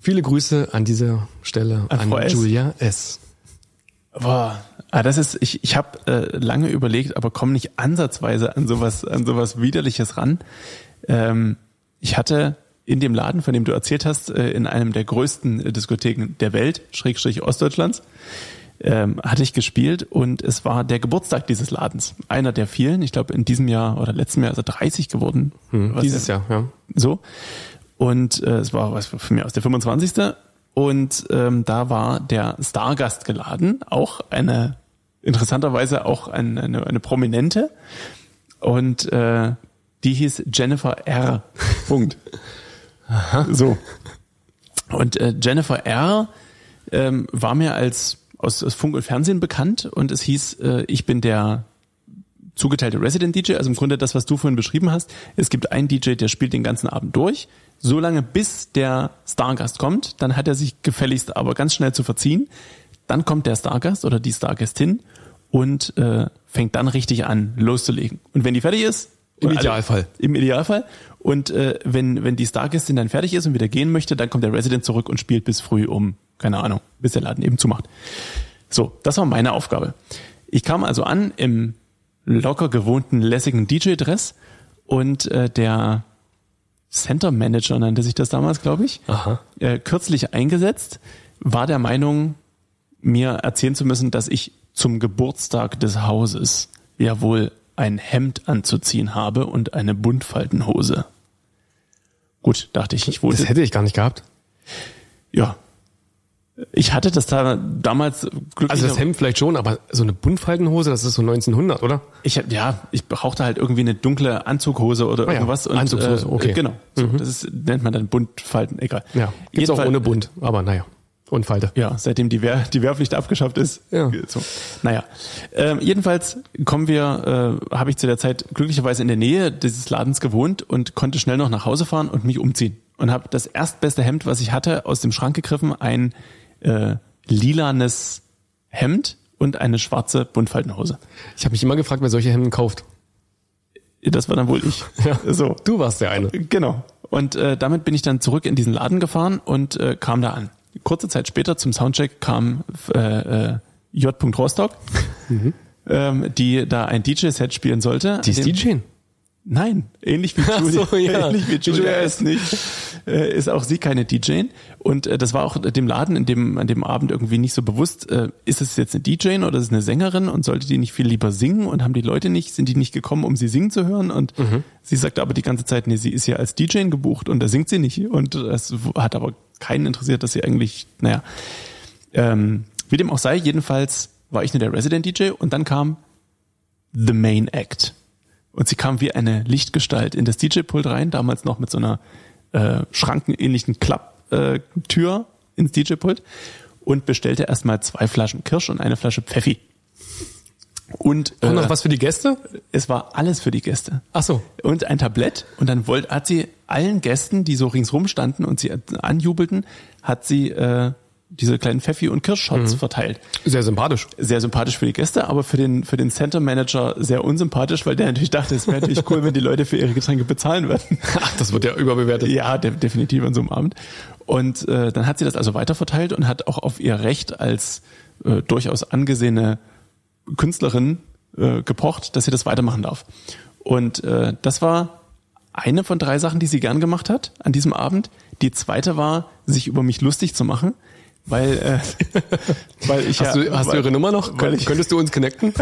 C: viele Grüße an dieser Stelle
B: An
C: an,
B: Frau S.
C: Julia S.
B: Boah. Ah, das ist, ich, ich habe äh, lange überlegt, aber komme nicht ansatzweise an sowas, an sowas Widerliches ran. Ähm, ich hatte in dem Laden, von dem du erzählt hast, äh, in einem der größten äh, Diskotheken der Welt, Schrägstrich Ostdeutschlands, ähm, hatte ich gespielt und es war der Geburtstag dieses Ladens. Einer der vielen, ich glaube in diesem Jahr oder letzten Jahr ist er 30 geworden. Was
C: Hm, Dieses
B: ja-
C: Jahr, ja.
B: so. Und äh, es war was für mich aus der 25. Und ähm, da war der Stargast geladen, auch eine, interessanterweise auch ein, eine, eine Prominente. Und äh, die hieß Jennifer R. Punkt. So. Und äh, Jennifer R. Ähm, war mir als aus, aus Funk und Fernsehen bekannt und es hieß, äh, ich bin der zugeteilte Resident DJ, also im Grunde das, was du vorhin beschrieben hast. Es gibt einen DJ, der spielt den ganzen Abend durch, so lange bis der Stargast kommt, dann hat er sich gefälligst aber ganz schnell zu verziehen. Dann kommt der Stargast oder die Stargastin und äh, fängt dann richtig an loszulegen. Und wenn die fertig ist,
C: Im
B: oder alle-
C: Idealfall.
B: Im Idealfall. Und äh, wenn, wenn die Stargastin dann fertig ist und wieder gehen möchte, dann kommt der Resident zurück und spielt bis früh um, keine Ahnung, bis der Laden eben zumacht. So, das war meine Aufgabe. Ich kam also an im locker gewohnten, lässigen DJ-Dress und äh, der Center Manager nannte sich das damals, glaube ich,
C: Aha.
B: Äh, kürzlich eingesetzt, war der Meinung, mir erzählen zu müssen, dass ich zum Geburtstag des Hauses ja wohl ein Hemd anzuziehen habe und eine Buntfaltenhose. Gut, dachte ich, ich wohne
C: Das hätte ich gar nicht gehabt.
B: ja. Ich hatte das da damals glücklicherweise.
C: Also das Hemd vielleicht schon, aber so eine Buntfaltenhose, das ist so 1900, oder?
B: Ich hab- ja, ich brauchte halt irgendwie eine dunkle Anzughose oder
C: Ah ja,
B: irgendwas.
C: Anzugshose, okay. Mhm.
B: Genau. So, Das ist, nennt man dann Buntfalten, egal.
C: Ja, gibt's auch
B: Jedenfalls-
C: ohne Bund, aber naja. Und Falte.
B: Ja, seitdem die, Wehr, die Wehrpflicht abgeschafft ist.
C: Ja.
B: So. Naja. Ähm, jedenfalls kommen wir, äh, habe ich zu der Zeit glücklicherweise in der Nähe dieses Ladens gewohnt und konnte schnell noch nach Hause fahren und mich umziehen. Und habe das erstbeste Hemd, was ich hatte, aus dem Schrank gegriffen, ein äh, lilanes Hemd und eine schwarze Buntfaltenhose.
C: Ich habe mich immer gefragt, wer solche Hemden kauft.
B: Das war dann wohl ich.
C: Ja.
B: So.
C: Du warst der eine.
B: Genau. Und äh, damit bin ich dann zurück in diesen Laden gefahren und äh, kam da an. Kurze Zeit später zum Soundcheck kam äh, äh, J. Rostock, ähm, die da ein DJ-Set spielen sollte.
C: Mhm. Die ist
B: An dem-
C: DJ.
B: Nein, ähnlich wie
C: Ach
B: Julia,
C: so, ja.
B: ähnlich wie
C: Wie
B: Julia
C: Julia
B: ist nicht, äh, ist auch sie keine DJ. Und äh, das war auch dem Laden in dem, an dem Abend irgendwie nicht so bewusst, äh, ist es jetzt eine DJ oder ist es eine Sängerin und sollte die nicht viel lieber singen und haben die Leute nicht, sind die nicht gekommen, um sie singen zu hören? Und
C: Mhm.
B: sie sagte aber die ganze Zeit, nee, sie ist ja als DJ gebucht und da singt sie nicht. Und es hat aber keinen interessiert, dass sie eigentlich, naja, ähm, wie dem auch sei, jedenfalls war ich nur der Resident DJ und dann kam The Main Act. Und sie kam wie eine Lichtgestalt in das DJ-Pult rein, damals noch mit so einer äh, schrankenähnlichen Klapptür äh, Tür ins DJ-Pult und bestellte erstmal zwei Flaschen Kirsch und eine Flasche Pfeffi. Und äh,
C: Und noch was für die Gäste?
B: es war alles für die Gäste
C: Ach so.
B: und ein Tablett und dann wollt, hat sie allen Gästen, die so ringsrum standen und sie anjubelten, hat sie äh, diese kleinen Pfeffi- und
C: Mhm.
B: Kirschshots verteilt.
C: Sehr sympathisch.
B: Sehr sympathisch für die Gäste, aber für den, für den Center Manager sehr unsympathisch, weil der natürlich dachte, es wäre natürlich cool, wenn die Leute für ihre Getränke bezahlen würden.
C: Ach, das wird ja überbewertet.
B: Ja, de definitiv an so einem Abend. Und äh, dann hat sie das also weiterverteilt und hat auch auf ihr Recht als äh, durchaus angesehene Künstlerin äh, gepocht, dass sie das weitermachen darf. Und äh, das war eine von drei Sachen, die sie gern gemacht hat an diesem Abend. Die zweite war, sich über mich lustig zu machen, weil, äh, weil ich
C: Hast,
B: ja,
C: du, hast
B: weil,
C: du ihre Nummer noch?
B: Weil ich,
C: Könntest du uns connecten?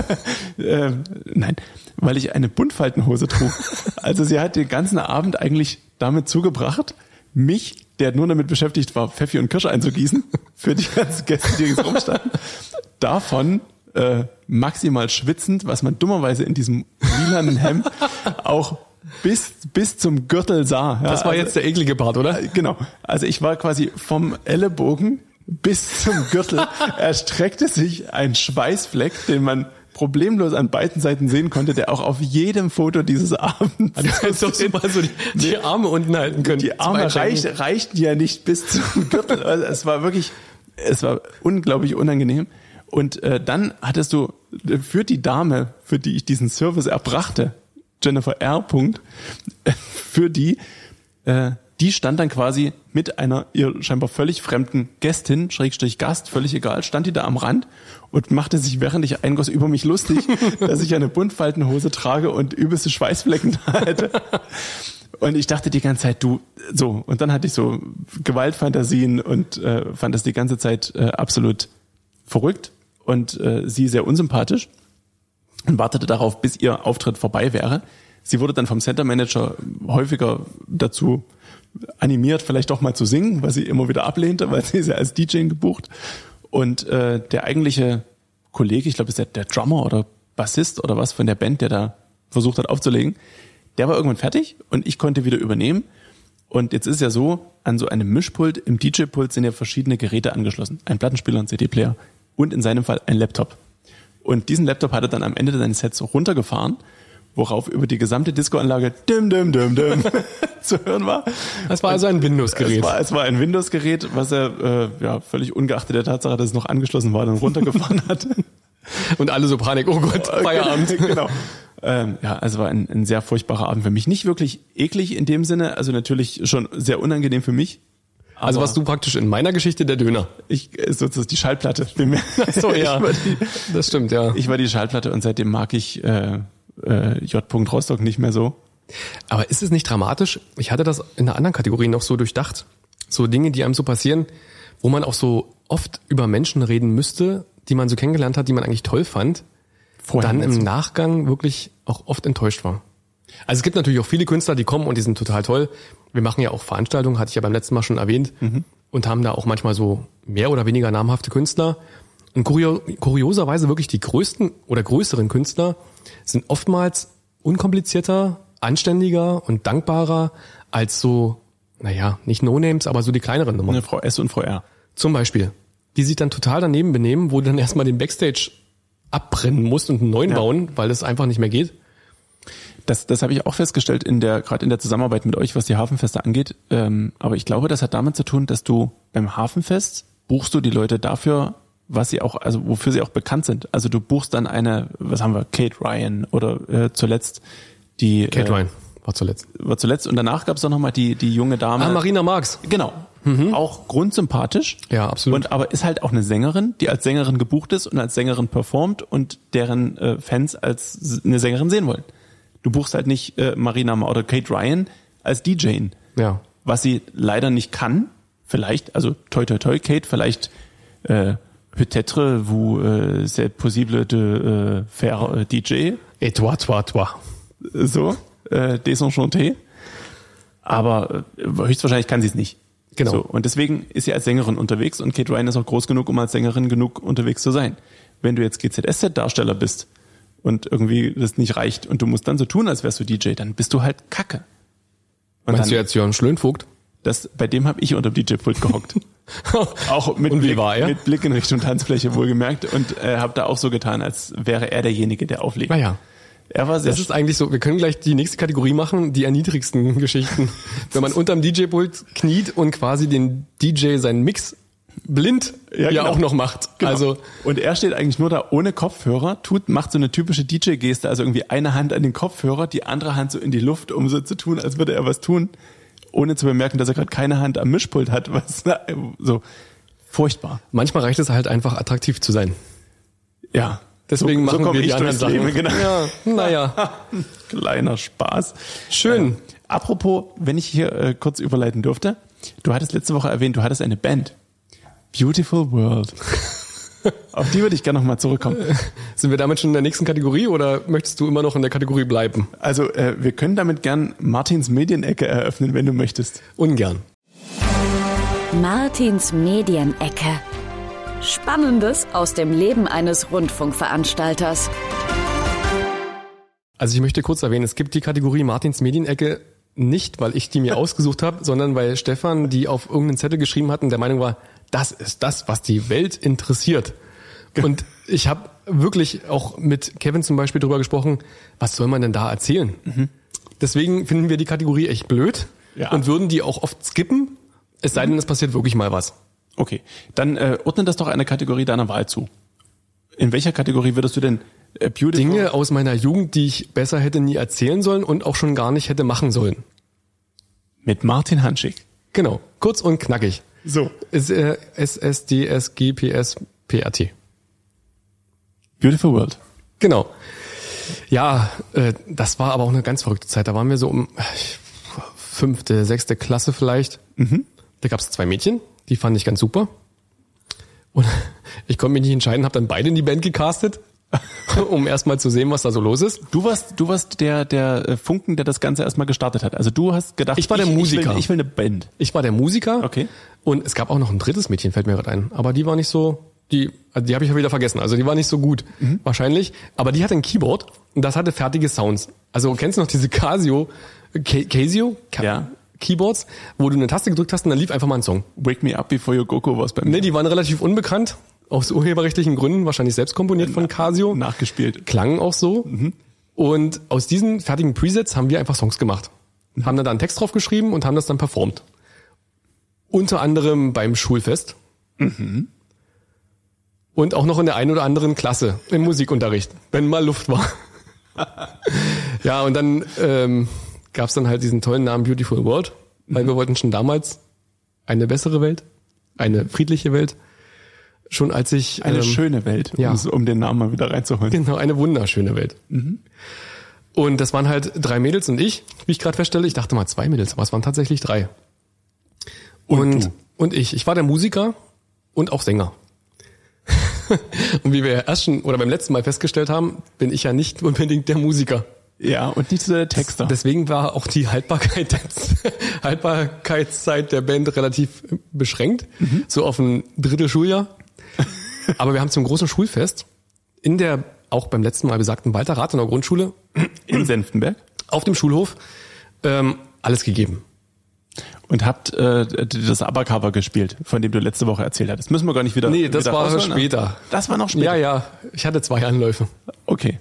B: äh, nein, weil ich eine Buntfaltenhose trug. Also sie hat den ganzen Abend eigentlich damit zugebracht, mich, der nur damit beschäftigt war, Pfeffi und Kirsche einzugießen, für die ganzen Gäste, die jetzt rumstanden, davon äh, maximal schwitzend, was man dummerweise in diesem lilanen Hemd auch bis, bis zum Gürtel sah. Ja,
C: Das war
B: also-
C: jetzt der eklige Part, oder?
B: Genau. Also ich war quasi vom Ellenbogen bis zum Gürtel erstreckte sich ein Schweißfleck, den man problemlos an beiden Seiten sehen konnte, der auch auf jedem Foto dieses Abends.
C: Du hättest doch so mal so die, die Arme unten halten können.
B: Die Arme
C: Zwei Schenken.
B: reich, reichten ja nicht bis zum Gürtel. Also es war wirklich, es war unglaublich unangenehm. Und äh, dann hattest du äh, für die Dame, für die ich diesen Service erbrachte, Jennifer R. Punkt, für die, äh, die stand dann quasi mit einer ihr scheinbar völlig fremden Gästin, Schrägstrich Gast, völlig egal, stand die da am Rand und machte sich während ich eingoss über mich lustig, dass ich eine Buntfaltenhose trage und übelste Schweißflecken da hätte. Und ich dachte die ganze Zeit, du, so. Und dann hatte ich so Gewaltfantasien und äh, fand das die ganze Zeit äh, absolut verrückt und äh, sie sehr unsympathisch und wartete darauf, bis ihr Auftritt vorbei wäre. Sie wurde dann vom Center Manager häufiger dazu animiert, vielleicht doch mal zu singen, was sie immer wieder ablehnte, weil sie ist ja als DJ gebucht. Und äh, der eigentliche Kollege, ich glaube, ist der, der Drummer oder Bassist oder was von der Band, der da versucht hat aufzulegen, der war irgendwann fertig und ich konnte wieder übernehmen. Und jetzt ist ja so, an so einem Mischpult, im DJ-Pult sind ja verschiedene Geräte angeschlossen. Ein Plattenspieler, ein CD-Player und in seinem Fall ein Laptop. Und diesen Laptop hat er dann am Ende seines Sets runtergefahren, worauf über die gesamte Discoanlage dim dim dim dim zu hören war.
C: Das war also ein
B: Es
C: Windows-Gerät.
B: war, es war ein Windows-Gerät, was er äh, ja, völlig ungeachtet der Tatsache, dass es noch angeschlossen war, dann runtergefahren hat.
C: Und alle so Panik. Oh Gott, Feierabend.
B: genau. Ähm, ja, also war ein, ein sehr furchtbarer Abend für mich. Nicht wirklich eklig in dem Sinne, also natürlich schon sehr unangenehm für mich.
C: Also
B: aber
C: warst du praktisch in meiner Geschichte der Döner.
B: Ich, äh, sozusagen die Schallplatte.
C: So, ja.
B: Ich war die,
C: Das stimmt, ja.
B: ich war die Schallplatte und seitdem mag ich äh, äh, J. Rostock nicht mehr so.
C: Aber ist es nicht dramatisch? Ich hatte das in einer anderen Kategorie noch so durchdacht. So Dinge, die einem so passieren, wo man auch so oft über Menschen reden müsste, die man so kennengelernt hat, die man eigentlich toll fand,
B: Vorher
C: dann
B: meinst du?
C: im Nachgang wirklich auch oft enttäuscht war. Also es gibt natürlich auch viele Künstler, die kommen und die sind total toll. Wir machen ja auch Veranstaltungen, hatte ich ja beim letzten Mal schon erwähnt, und haben da auch manchmal so mehr oder weniger namhafte Künstler. Und kurio kurioserweise wirklich die größten oder größeren Künstler sind oftmals unkomplizierter, anständiger und dankbarer als so, naja, nicht No-Names, aber so die kleineren Nummern.
B: Frau S und Frau R.
C: Zum Beispiel, die sich dann total daneben benehmen, wo du dann erstmal den Backstage abbrennen musst und einen neuen
B: Ja.
C: bauen, weil das einfach nicht mehr geht.
B: Das, das habe ich auch festgestellt in der, gerade in der Zusammenarbeit mit euch, was die Hafenfeste angeht. Ähm, aber ich glaube, das hat damit zu tun, dass du beim Hafenfest buchst du die Leute dafür, was sie auch, also wofür sie auch bekannt sind. Also du buchst dann eine, was haben wir, Kate Ryan oder äh, zuletzt die
C: Kate
B: äh,
C: Ryan war zuletzt.
B: war zuletzt und danach gab es noch mal die die junge Dame.
C: Ah, Marina Marx.
B: Genau. Auch grundsympathisch.
C: Mhm. Ja, absolut.
B: Und aber ist halt auch eine Sängerin, die als Sängerin gebucht ist und als Sängerin performt und deren äh, Fans als s- eine Sängerin sehen wollen. Du buchst halt nicht äh, Marina Ma oder Kate Ryan als DJ.
C: Ja.
B: Was sie leider nicht kann, vielleicht, also toi toi toi Kate, vielleicht äh, peut-être vous äh, c'est possible de äh, faire äh, DJ
C: Et toi, toi, toi.
B: so, äh, Desenchanté. Aber äh, höchstwahrscheinlich kann sie es nicht.
C: Genau.
B: So, und deswegen ist sie als Sängerin unterwegs und Kate Ryan ist auch groß genug, um als Sängerin genug unterwegs zu sein. Wenn du jetzt GZSZ-Darsteller bist und irgendwie das nicht reicht und du musst dann so tun, als wärst du DJ, dann bist du halt Kacke. Und
C: Meinst du
B: dann,
C: jetzt Jörn Schlönvogt?
B: das, bei dem habe ich unter dem DJ-Pult gehockt. Auch mit,
C: Und wie
B: Blick,
C: war er?
B: mit Blick in Richtung Tanzfläche wohlgemerkt und äh, habe da auch so getan, als wäre er derjenige, der auflegt.
C: Naja.
B: Er war sehr
C: Ah Das ist eigentlich so, wir können gleich die nächste Kategorie machen, die erniedrigsten Geschichten. Wenn man unterm DJ-Pult kniet und quasi den DJ seinen Mix blind ja,
B: genau.
C: auch noch macht.
B: Genau.
C: Also
B: und er steht eigentlich nur da ohne Kopfhörer, tut, macht so eine typische DJ-Geste, also irgendwie eine Hand an den Kopfhörer, die andere Hand so in die Luft, um so zu tun, als würde er was tun, ohne zu bemerken, dass er gerade keine Hand am Mischpult hat. Was so furchtbar.
C: manchmal reicht es halt einfach attraktiv zu sein.
B: Ja.
C: Deswegen machen
B: komm
C: wir die anderen
B: durchs
C: Sachen.
B: Leben, genau.
C: Ja, naja.
B: Kleiner Spaß.
C: Schön.
B: Äh, apropos, wenn ich hier äh, kurz überleiten dürfte, du hattest letzte Woche erwähnt, du hattest eine Band. Beautiful World. Auf die würde ich gerne nochmal zurückkommen.
C: Sind wir damit schon in der nächsten Kategorie oder möchtest du immer noch in der Kategorie bleiben?
B: Also äh, wir können damit gern Martins Medienecke eröffnen, wenn du möchtest.
C: Ungern.
A: Martins Medienecke. Spannendes aus dem Leben eines Rundfunkveranstalters.
C: Also ich möchte kurz erwähnen, es gibt die Kategorie Martins Medienecke nicht, weil ich die mir ausgesucht habe, sondern weil Stefan die auf irgendeinen Zettel geschrieben hat und der Meinung war, das ist das, was die Welt interessiert. Und ich habe wirklich auch mit Kevin zum Beispiel drüber gesprochen, was soll man denn da erzählen? Deswegen finden wir die Kategorie echt blöd
B: Ja.
C: und würden die auch oft skippen, es sei denn, es passiert wirklich mal was.
B: Okay, dann äh, ordne das doch einer Kategorie deiner Wahl zu. In welcher Kategorie würdest du denn äh, Beautiful
C: Dinge aus meiner Jugend, die ich besser hätte nie erzählen sollen und auch schon gar nicht hätte machen sollen.
B: mit Martin Hanschig?
C: Genau, kurz und knackig.
B: So.
C: Ist äh, SSDS, GPS, PRT.
B: Beautiful World.
C: Genau. Ja, äh, das war aber auch eine ganz verrückte Zeit. Da waren wir so um äh, fünfte, sechste Klasse vielleicht. Da gab es zwei Mädchen, die fand ich ganz super. Und ich konnte mich nicht entscheiden, habe dann beide in die Band gecastet, um erstmal zu sehen, was da so los ist.
B: Du warst, du warst der, der äh, Funken, der das Ganze erstmal gestartet hat. Also du hast gedacht,
C: Ich war der Musiker.
B: will, ich will eine Band.
C: Ich war der Musiker.
B: Okay.
C: Und es gab auch noch ein drittes Mädchen, fällt mir gerade ein. Aber die war nicht so, die, also die habe ich ja wieder vergessen. Also die war nicht so gut,
B: Mhm.
C: wahrscheinlich. Aber die hatte ein Keyboard und das hatte fertige Sounds. Also kennst du noch diese Casio, Ca- Casio Ca-
B: Ja.
C: Keyboards, wo du eine Taste gedrückt hast und dann lief einfach mal ein Song.
B: Wake me up before you go-go war's bei mir.
C: Ne, die waren relativ unbekannt, aus urheberrechtlichen Gründen, wahrscheinlich selbst komponiert
B: Äh,
C: von Casio.
B: Nachgespielt.
C: Klangen auch so. Und aus diesen fertigen Presets haben wir einfach Songs gemacht. Haben dann da einen Text drauf geschrieben und haben das dann performt. Unter anderem beim Schulfest. Und auch noch in der einen oder anderen Klasse im Musikunterricht, wenn mal Luft war. ja, und dann ähm, gab es dann halt diesen tollen Namen Beautiful World, weil wir wollten schon damals eine bessere Welt, eine friedliche Welt. Schon als ich
B: Eine
C: ähm,
B: schöne Welt,
C: ja.
B: um's- um den Namen mal wieder reinzuholen.
C: Genau, eine wunderschöne Welt. Und das waren halt drei Mädels und ich, wie ich gerade feststelle. Ich dachte mal zwei Mädels, aber es waren tatsächlich drei. Und, und,
B: du?
C: ich. Ich war der Musiker und auch Sänger. und wie wir ja erst schon oder beim letzten Mal festgestellt haben, bin ich ja nicht unbedingt der Musiker.
B: Ja, und nicht so der Texter.
C: Deswegen war auch die Haltbarkeit der Haltbarkeitszeit der Band relativ beschränkt, so auf ein dritte Schuljahr. Aber wir haben zum großen Schulfest in der auch beim letzten Mal besagten Walter Rathenau Grundschule
B: in Senftenberg.
C: auf dem Schulhof ähm, alles gegeben.
B: Und habt äh, das Abakaba gespielt, von dem du letzte Woche erzählt hattest. Müssen wir gar nicht wieder
C: Nee, das
B: wieder
C: war
B: rausholen, ne?
C: später.
B: Das war noch später.
C: Ja, ja, ich hatte zwei Anläufe.
B: Okay.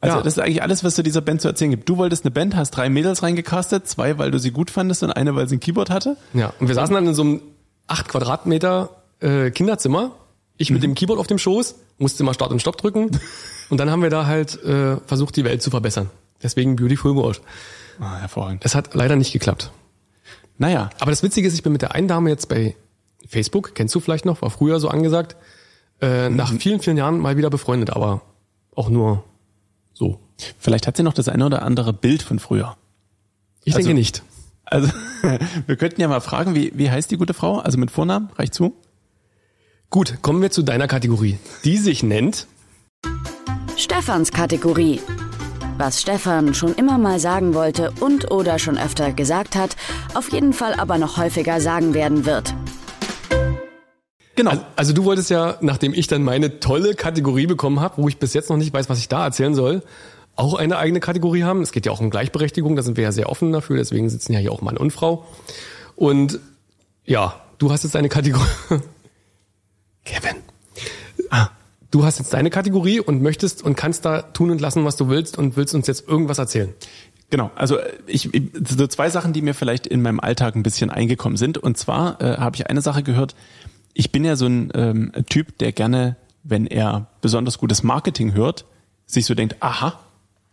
B: Also
C: Ja.
B: das ist eigentlich alles, was zu dieser Band zu erzählen gibt. Du wolltest eine Band, hast drei Mädels reingecastet, zwei, weil du sie gut fandest und eine, weil sie ein Keyboard hatte.
C: Ja, und wir saßen dann in so einem acht Quadratmeter äh, Kinderzimmer. Ich mit dem Keyboard auf dem Schoß, musste mal Start und Stopp drücken. Und dann haben wir da halt äh, versucht, die Welt zu verbessern. Deswegen Beautiful World.
B: Ah, hervorragend.
C: Es hat leider nicht geklappt.
B: Naja,
C: Aber das Witzige ist, ich bin mit der einen Dame jetzt bei Facebook, kennst du vielleicht noch, war früher so angesagt, äh, nach vielen, vielen Jahren mal wieder befreundet, aber auch nur so.
B: vielleicht hat sie noch das eine oder andere Bild von früher.
C: Ich
B: Also-
C: denke nicht.
B: Also wir könnten ja mal fragen, wie, wie heißt die gute Frau? Also mit Vornamen, reicht zu?
C: Gut, kommen wir zu deiner Kategorie, die sich nennt
A: Stefans Kategorie. Was Stefan schon immer mal sagen wollte und oder schon öfter gesagt hat, auf jeden Fall aber noch häufiger sagen werden wird.
B: Genau.
C: Also, also du wolltest ja, nachdem ich dann meine tolle Kategorie bekommen habe, wo ich bis jetzt noch nicht weiß, was ich da erzählen soll, auch eine eigene Kategorie haben. Es geht ja auch um Gleichberechtigung, da sind wir ja sehr offen dafür, deswegen sitzen ja hier auch Mann und Frau. Und ja, du hast jetzt deine Kategorie. Kevin. Ah, du hast jetzt deine Kategorie und möchtest und kannst da tun und lassen, was du willst und willst uns jetzt irgendwas erzählen.
B: Genau, also äh, ich, ich- so zwei Sachen, die mir vielleicht in meinem Alltag ein bisschen eingekommen sind. Und zwar äh, habe ich eine Sache gehört, ich bin ja so ein ähm, Typ, der gerne, wenn er besonders gutes Marketing hört, sich so denkt, aha,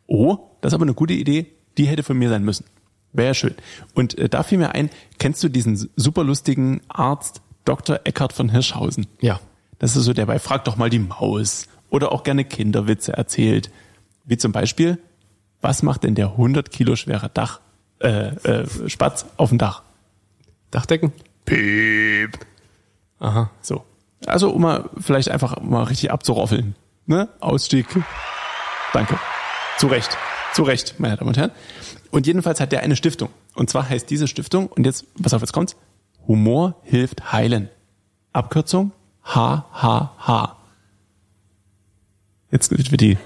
B: oh, das ist aber eine gute Idee, die hätte von mir sein müssen. Wäre ja schön. Und äh, da fiel mir ein, kennst du diesen super lustigen Arzt Dr. Eckhard von Hirschhausen?
C: Ja.
B: Das ist so der bei Frag doch mal die Maus oder auch gerne Kinderwitze erzählt. Wie zum Beispiel, was macht denn der 100 Kilo schwere Dach, äh, äh, Spatz auf dem Dach?
C: Dachdecken?
B: Piep. Aha, so. Also, um mal vielleicht einfach mal richtig abzuroffeln. Ne? Ausstieg. Danke. Zu Recht. Zu Recht, meine Damen und Herren. Und jedenfalls hat der eine Stiftung. Und zwar heißt diese Stiftung, und jetzt, pass auf, jetzt kommt's. Humor hilft heilen. Abkürzung HHH. Jetzt wird die.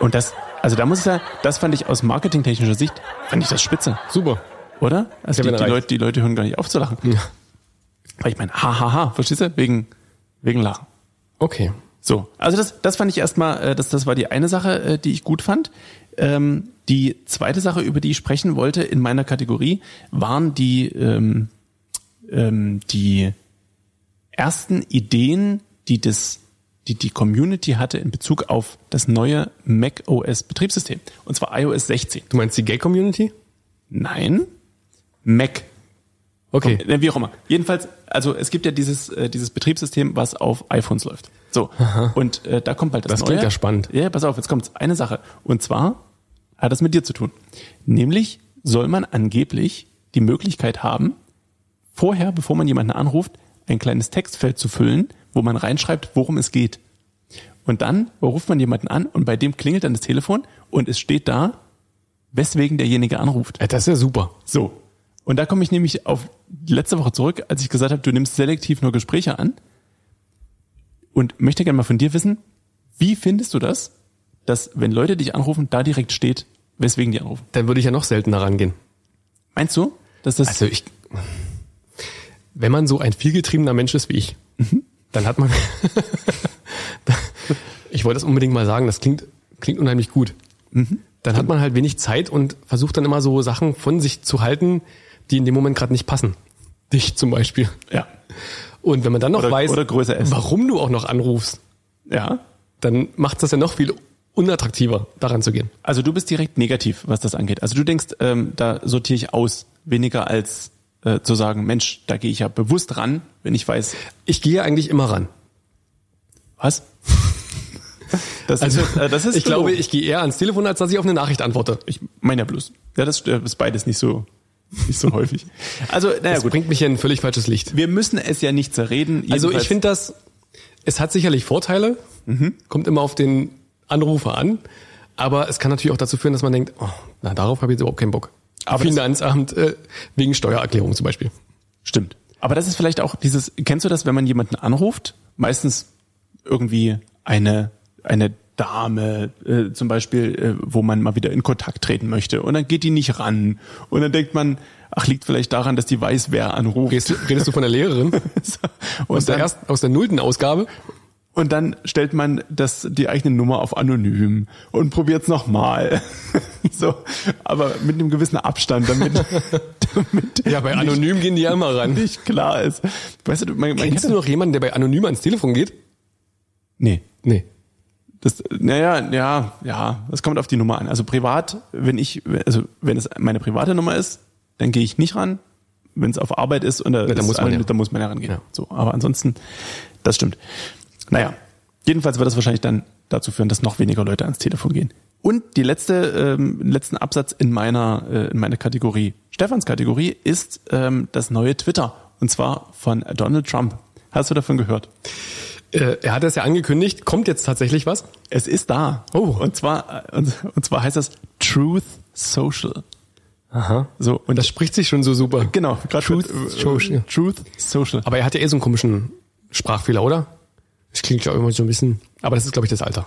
B: Und das, also da muss ich sagen, das fand ich aus marketingtechnischer Sicht, fand ich das spitze.
C: Super.
B: Oder? Also
C: Ich
B: die,
C: hab ihn
B: die,
C: erreicht.
B: Leute, die Leute hören gar nicht auf zu lachen. Weil ich meine, hahaha, verstehst du? Wegen, wegen Lachen.
C: Okay.
B: So, also das, das fand ich erstmal, äh, das, das war die eine Sache, äh, die ich gut fand. Ähm, die zweite Sache, über die ich sprechen wollte in meiner Kategorie, waren die, ähm, ähm, die ersten Ideen, die das, die die Community hatte in Bezug auf das neue Mac OS Betriebssystem. Und zwar iOS 16.
C: Du meinst die Gay-Community?
B: Nein, Mac
C: Okay.
B: äh, Wie auch immer. Jedenfalls, also es gibt ja dieses, äh, dieses Betriebssystem, was auf iPhones läuft. So. Und äh, da kommt bald das,
C: Das
B: Neue.
C: klingt ja spannend.
B: Ja, pass auf, jetzt kommt's. Eine Sache. Und zwar hat das mit dir zu tun. Nämlich soll man angeblich die Möglichkeit haben, vorher, bevor man jemanden anruft, ein kleines Textfeld zu füllen, wo man reinschreibt, worum es geht. Und dann ruft man jemanden an und bei dem klingelt dann das Telefon und es steht da, weswegen derjenige anruft.
C: Äh, Das ist ja super.
B: So. Und da komme ich nämlich auf letzte Woche zurück, als ich gesagt habe, du nimmst selektiv nur Gespräche an und möchte gerne mal von dir wissen, wie findest du das, dass wenn Leute dich anrufen, da direkt steht, weswegen die anrufen?
C: Dann würde ich ja noch seltener rangehen.
B: Meinst du, dass das
C: Also ich, wenn man so ein vielgetriebener Mensch ist wie ich,
B: Mhm.
C: dann hat man, ich wollte das unbedingt mal sagen, das klingt, klingt unheimlich gut.
B: Mhm.
C: Dann hat man halt wenig Zeit und versucht dann immer so Sachen von sich zu halten, die in dem Moment gerade nicht passen. Dich zum Beispiel.
B: ja,
C: Und wenn man dann noch
B: Oder-
C: weiß,
B: oder größer S.
C: warum du auch noch anrufst,
B: ja.
C: dann macht das ja noch viel unattraktiver, daran zu gehen.
B: Also du bist direkt negativ, was das angeht. Also du denkst, ähm, da sortiere ich aus, weniger als äh, zu sagen, Mensch, da gehe ich ja bewusst ran, wenn ich weiß,
C: Ich gehe eigentlich immer ran.
B: was. Das ist, äh, das ist
C: Also ich glaube,
B: gelogen.
C: ich gehe eher ans Telefon, als dass ich auf eine Nachricht antworte.
B: Ich meine ja bloß. Ja, das äh, ist beides nicht so, nicht so häufig. Also, naja,
C: Das
B: gut.
C: bringt mich in ein völlig falsches Licht.
B: Wir müssen es ja nicht zerreden.
C: Also ich
B: Jedenfalls-
C: finde das, es hat sicherlich Vorteile,
B: Mhm.
C: kommt immer auf den Anrufer an, aber es kann natürlich auch dazu führen, dass man denkt, oh, na darauf habe ich jetzt überhaupt keinen Bock.
B: Aber das-
C: Finanzamt äh, wegen Steuererklärung zum Beispiel.
B: Stimmt. Aber das ist vielleicht auch dieses, kennst du das, wenn man jemanden anruft? Meistens irgendwie eine, eine Dame äh, zum Beispiel, äh, wo man mal wieder in Kontakt treten möchte. Und dann geht die nicht ran. Und dann denkt man, ach, liegt vielleicht daran, dass die weiß, wer anruft.
C: Redest, du- redest du von der Lehrerin aus
B: Und
C: der,
B: dann,
C: ersten, aus der nullten Ausgabe?
B: und dann stellt man das, die eigene Nummer auf anonym und probiert es nochmal. so, aber mit einem gewissen Abstand, damit, damit
C: Ja, bei
B: nicht-
C: Anonym gehen die ja immer ran.
B: nicht klar ist. Weißt du, man, man
C: Kennst du
B: kennt das-
C: noch jemanden, der bei Anonym ans Telefon geht?
B: Nee.
C: Nee.
B: Das, naja, ja, ja, das kommt auf die Nummer an. Also privat, wenn ich, also wenn es meine private Nummer ist, dann gehe ich nicht ran. Wenn es auf Arbeit ist und da,
C: dann
B: ist
C: muss man
B: eine-
C: ja.
B: da muss man ja rangehen.
C: Ja.
B: So, aber ansonsten, das stimmt. Naja, jedenfalls wird das wahrscheinlich dann dazu führen, dass noch weniger Leute ans Telefon gehen. Und die letzte, ähm, letzten Absatz in meiner, äh, in meiner Kategorie, Stefans Kategorie, ist ähm, das neue Twitter. Und zwar von Donald Trump. Hast du davon gehört?
C: Äh, er hat das ja angekündigt, kommt jetzt tatsächlich was?
B: Es ist da.
C: Oh.
B: Und zwar, und, und zwar heißt das Truth Social.
C: Aha.
B: So, und
C: Das spricht sich schon so super.
B: genau, grad
C: Truth
B: mit, äh,
C: Social.
B: Truth Social.
C: Aber er hat ja eh so einen komischen Sprachfehler, oder? Das klingt ja immer so ein bisschen. Aber das ist, glaube ich, das Alter.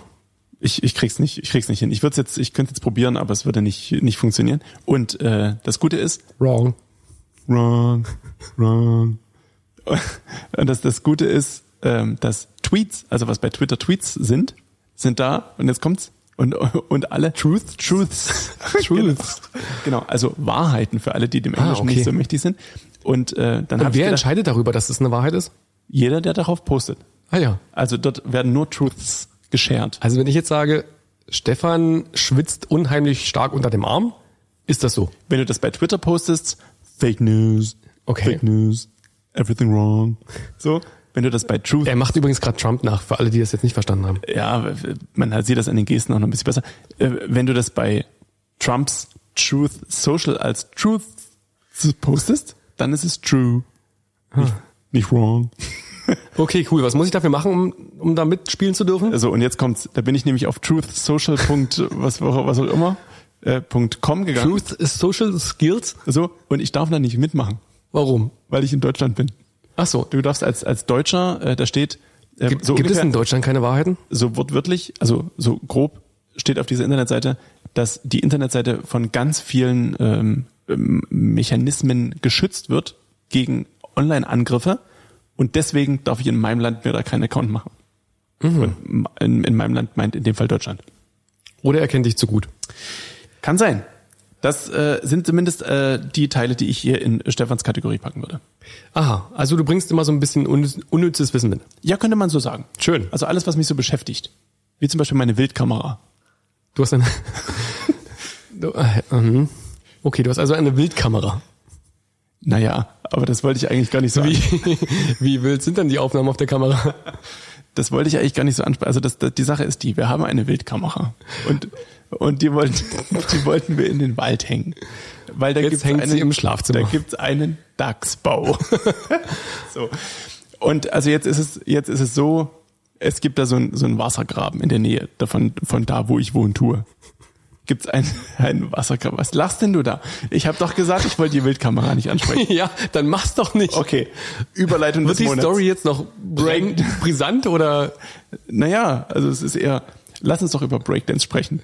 B: Ich, ich krieg's nicht, ich krieg's nicht hin. Ich würde jetzt, ich könnte jetzt probieren, aber es würde nicht, nicht funktionieren. Und äh, das Gute ist,
C: Wrong.
B: wrong, wrong. Und das, das Gute ist, ähm, dass Tweets, also was bei Twitter Tweets sind, sind da und jetzt kommt's und, und alle Truth, Truths, Truths. Genau. genau, also Wahrheiten für alle, die dem Englischen
C: Ah, okay.
B: nicht so mächtig sind. Und äh, dann habe ich
C: Und wer
B: gedacht,
C: entscheidet darüber, dass es eine Wahrheit ist?
B: jeder, der darauf postet.
C: Ah ja.
B: Also dort werden nur Truths geshared.
C: Also wenn ich jetzt sage, Stefan schwitzt unheimlich stark unter dem Arm, ist das so?
B: Wenn du das bei Twitter postest, Fake News,
C: Okay.
B: Fake News, everything wrong. So, wenn du das bei Truth
C: Er macht übrigens gerade Trump nach, für alle, die das jetzt nicht verstanden haben.
B: ja, man hat- sieht das an den Gesten auch noch ein bisschen besser. Äh, Wenn du das bei Trumps Truth Social als Truth postest, dann ist es true. Nicht, nicht wrong.
C: Okay, cool. Was muss ich dafür machen, um, um da mitspielen zu dürfen?
B: Also, und jetzt kommt's. Da bin ich nämlich auf truthsocial. Punkt, was, was auch immer, äh, Punkt .com gegangen.
C: Truth is Social Skills.
B: So, und ich darf da nicht mitmachen,
C: Warum?
B: weil ich in Deutschland bin.
C: Ach so.
B: Du darfst als, als Deutscher, äh, da steht, äh,
C: Gibt,
B: so
C: gibt es
B: ungefähr-
C: in Deutschland keine Wahrheiten?
B: so wortwörtlich, also so grob steht auf dieser Internetseite, dass die Internetseite von ganz vielen ähm, ähm, Mechanismen geschützt wird gegen Online-Angriffe und deswegen darf ich in meinem Land mir da keinen Account machen. Und in, in meinem Land meint in dem Fall Deutschland.
C: Oder er kennt dich zu gut?
B: Kann sein. Das äh, sind zumindest äh, die Teile, die ich hier in Stefans Kategorie packen würde.
C: Aha, also du bringst immer so ein bisschen unnütz- unnützes Wissen mit.
B: Ja, könnte man so sagen.
C: Schön.
B: Also alles, was mich so beschäftigt. Wie zum Beispiel meine Wildkamera.
C: Du hast eine... du, äh, mhm. okay, du hast also eine Wildkamera.
B: Naja, aber das wollte ich eigentlich gar nicht so
C: Wie, wie wild sind dann die Aufnahmen auf der Kamera?
B: das wollte ich eigentlich gar nicht so ansprechen. Also das, das, die Sache ist die, wir haben eine Wildkamera und, und die, wollten, die wollten wir in den Wald hängen. Weil da
C: Jetzt
B: gibt's
C: hängt
B: einen,
C: sie im Schlafzimmer.
B: Da gibt's einen Dachsbau. so. Und also jetzt ist es, jetzt ist es so, es gibt da so einen so einen Wassergraben in der Nähe davon, von da, wo ich wohnen tue. Gibt's einen, einen Wassergraben. Was lachst denn du da? Ich habe doch gesagt, ich wollte die Wildkamera nicht ansprechen.
C: ja, dann mach's doch nicht.
B: Okay, Überleitung
C: Wird
B: des
C: die
B: Monats.
C: Story jetzt noch
B: Break-
C: brisant- brisant oder
B: Naja, also es ist eher, lass uns doch über Breakdance sprechen.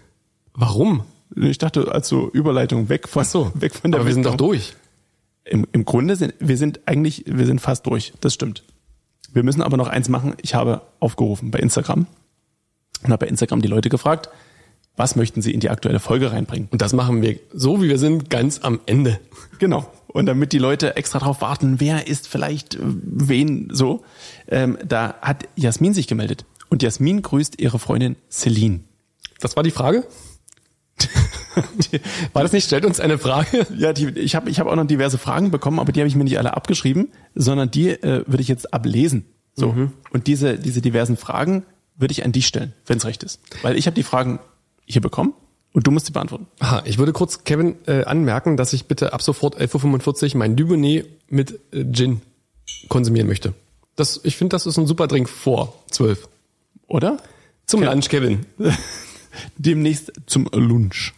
C: warum?
B: Ich dachte, also Überleitung weg von,
C: Ach so,
B: weg von der
C: aber wir sind doch
B: Weltraum.
C: durch.
B: Im, Im Grunde sind, wir sind eigentlich, wir sind fast durch. Das stimmt. Wir müssen aber noch eins machen. Ich habe aufgerufen bei Instagram und habe bei Instagram die Leute gefragt, was möchten sie in die aktuelle Folge reinbringen?
C: Und das machen wir so, wie wir sind, ganz am Ende.
B: Genau. Und damit die Leute extra drauf warten, wer ist vielleicht äh, wen so, ähm, da hat Jasmin sich gemeldet. Und Jasmin grüßt ihre Freundin Celine.
C: Das war die Frage? War das nicht, stellt uns eine Frage?
B: Ja, die, ich habe ich hab auch noch diverse Fragen bekommen, aber die habe ich mir nicht alle abgeschrieben, sondern die äh, würde ich jetzt ablesen. So. Und diese, diese diversen Fragen würde ich an dich stellen, wenn es recht ist. Weil ich habe die Fragen hier bekommen und du musst sie beantworten.
C: Aha, ich würde kurz Kevin äh, anmerken, dass ich bitte ab sofort 11.45 Uhr mein Dubonnet mit äh, Gin konsumieren möchte. Das, ich finde, das ist ein super Drink vor 12.
B: Oder?
C: Zum
B: Ja.
C: Lunch, Kevin.
B: Demnächst zum Lunch.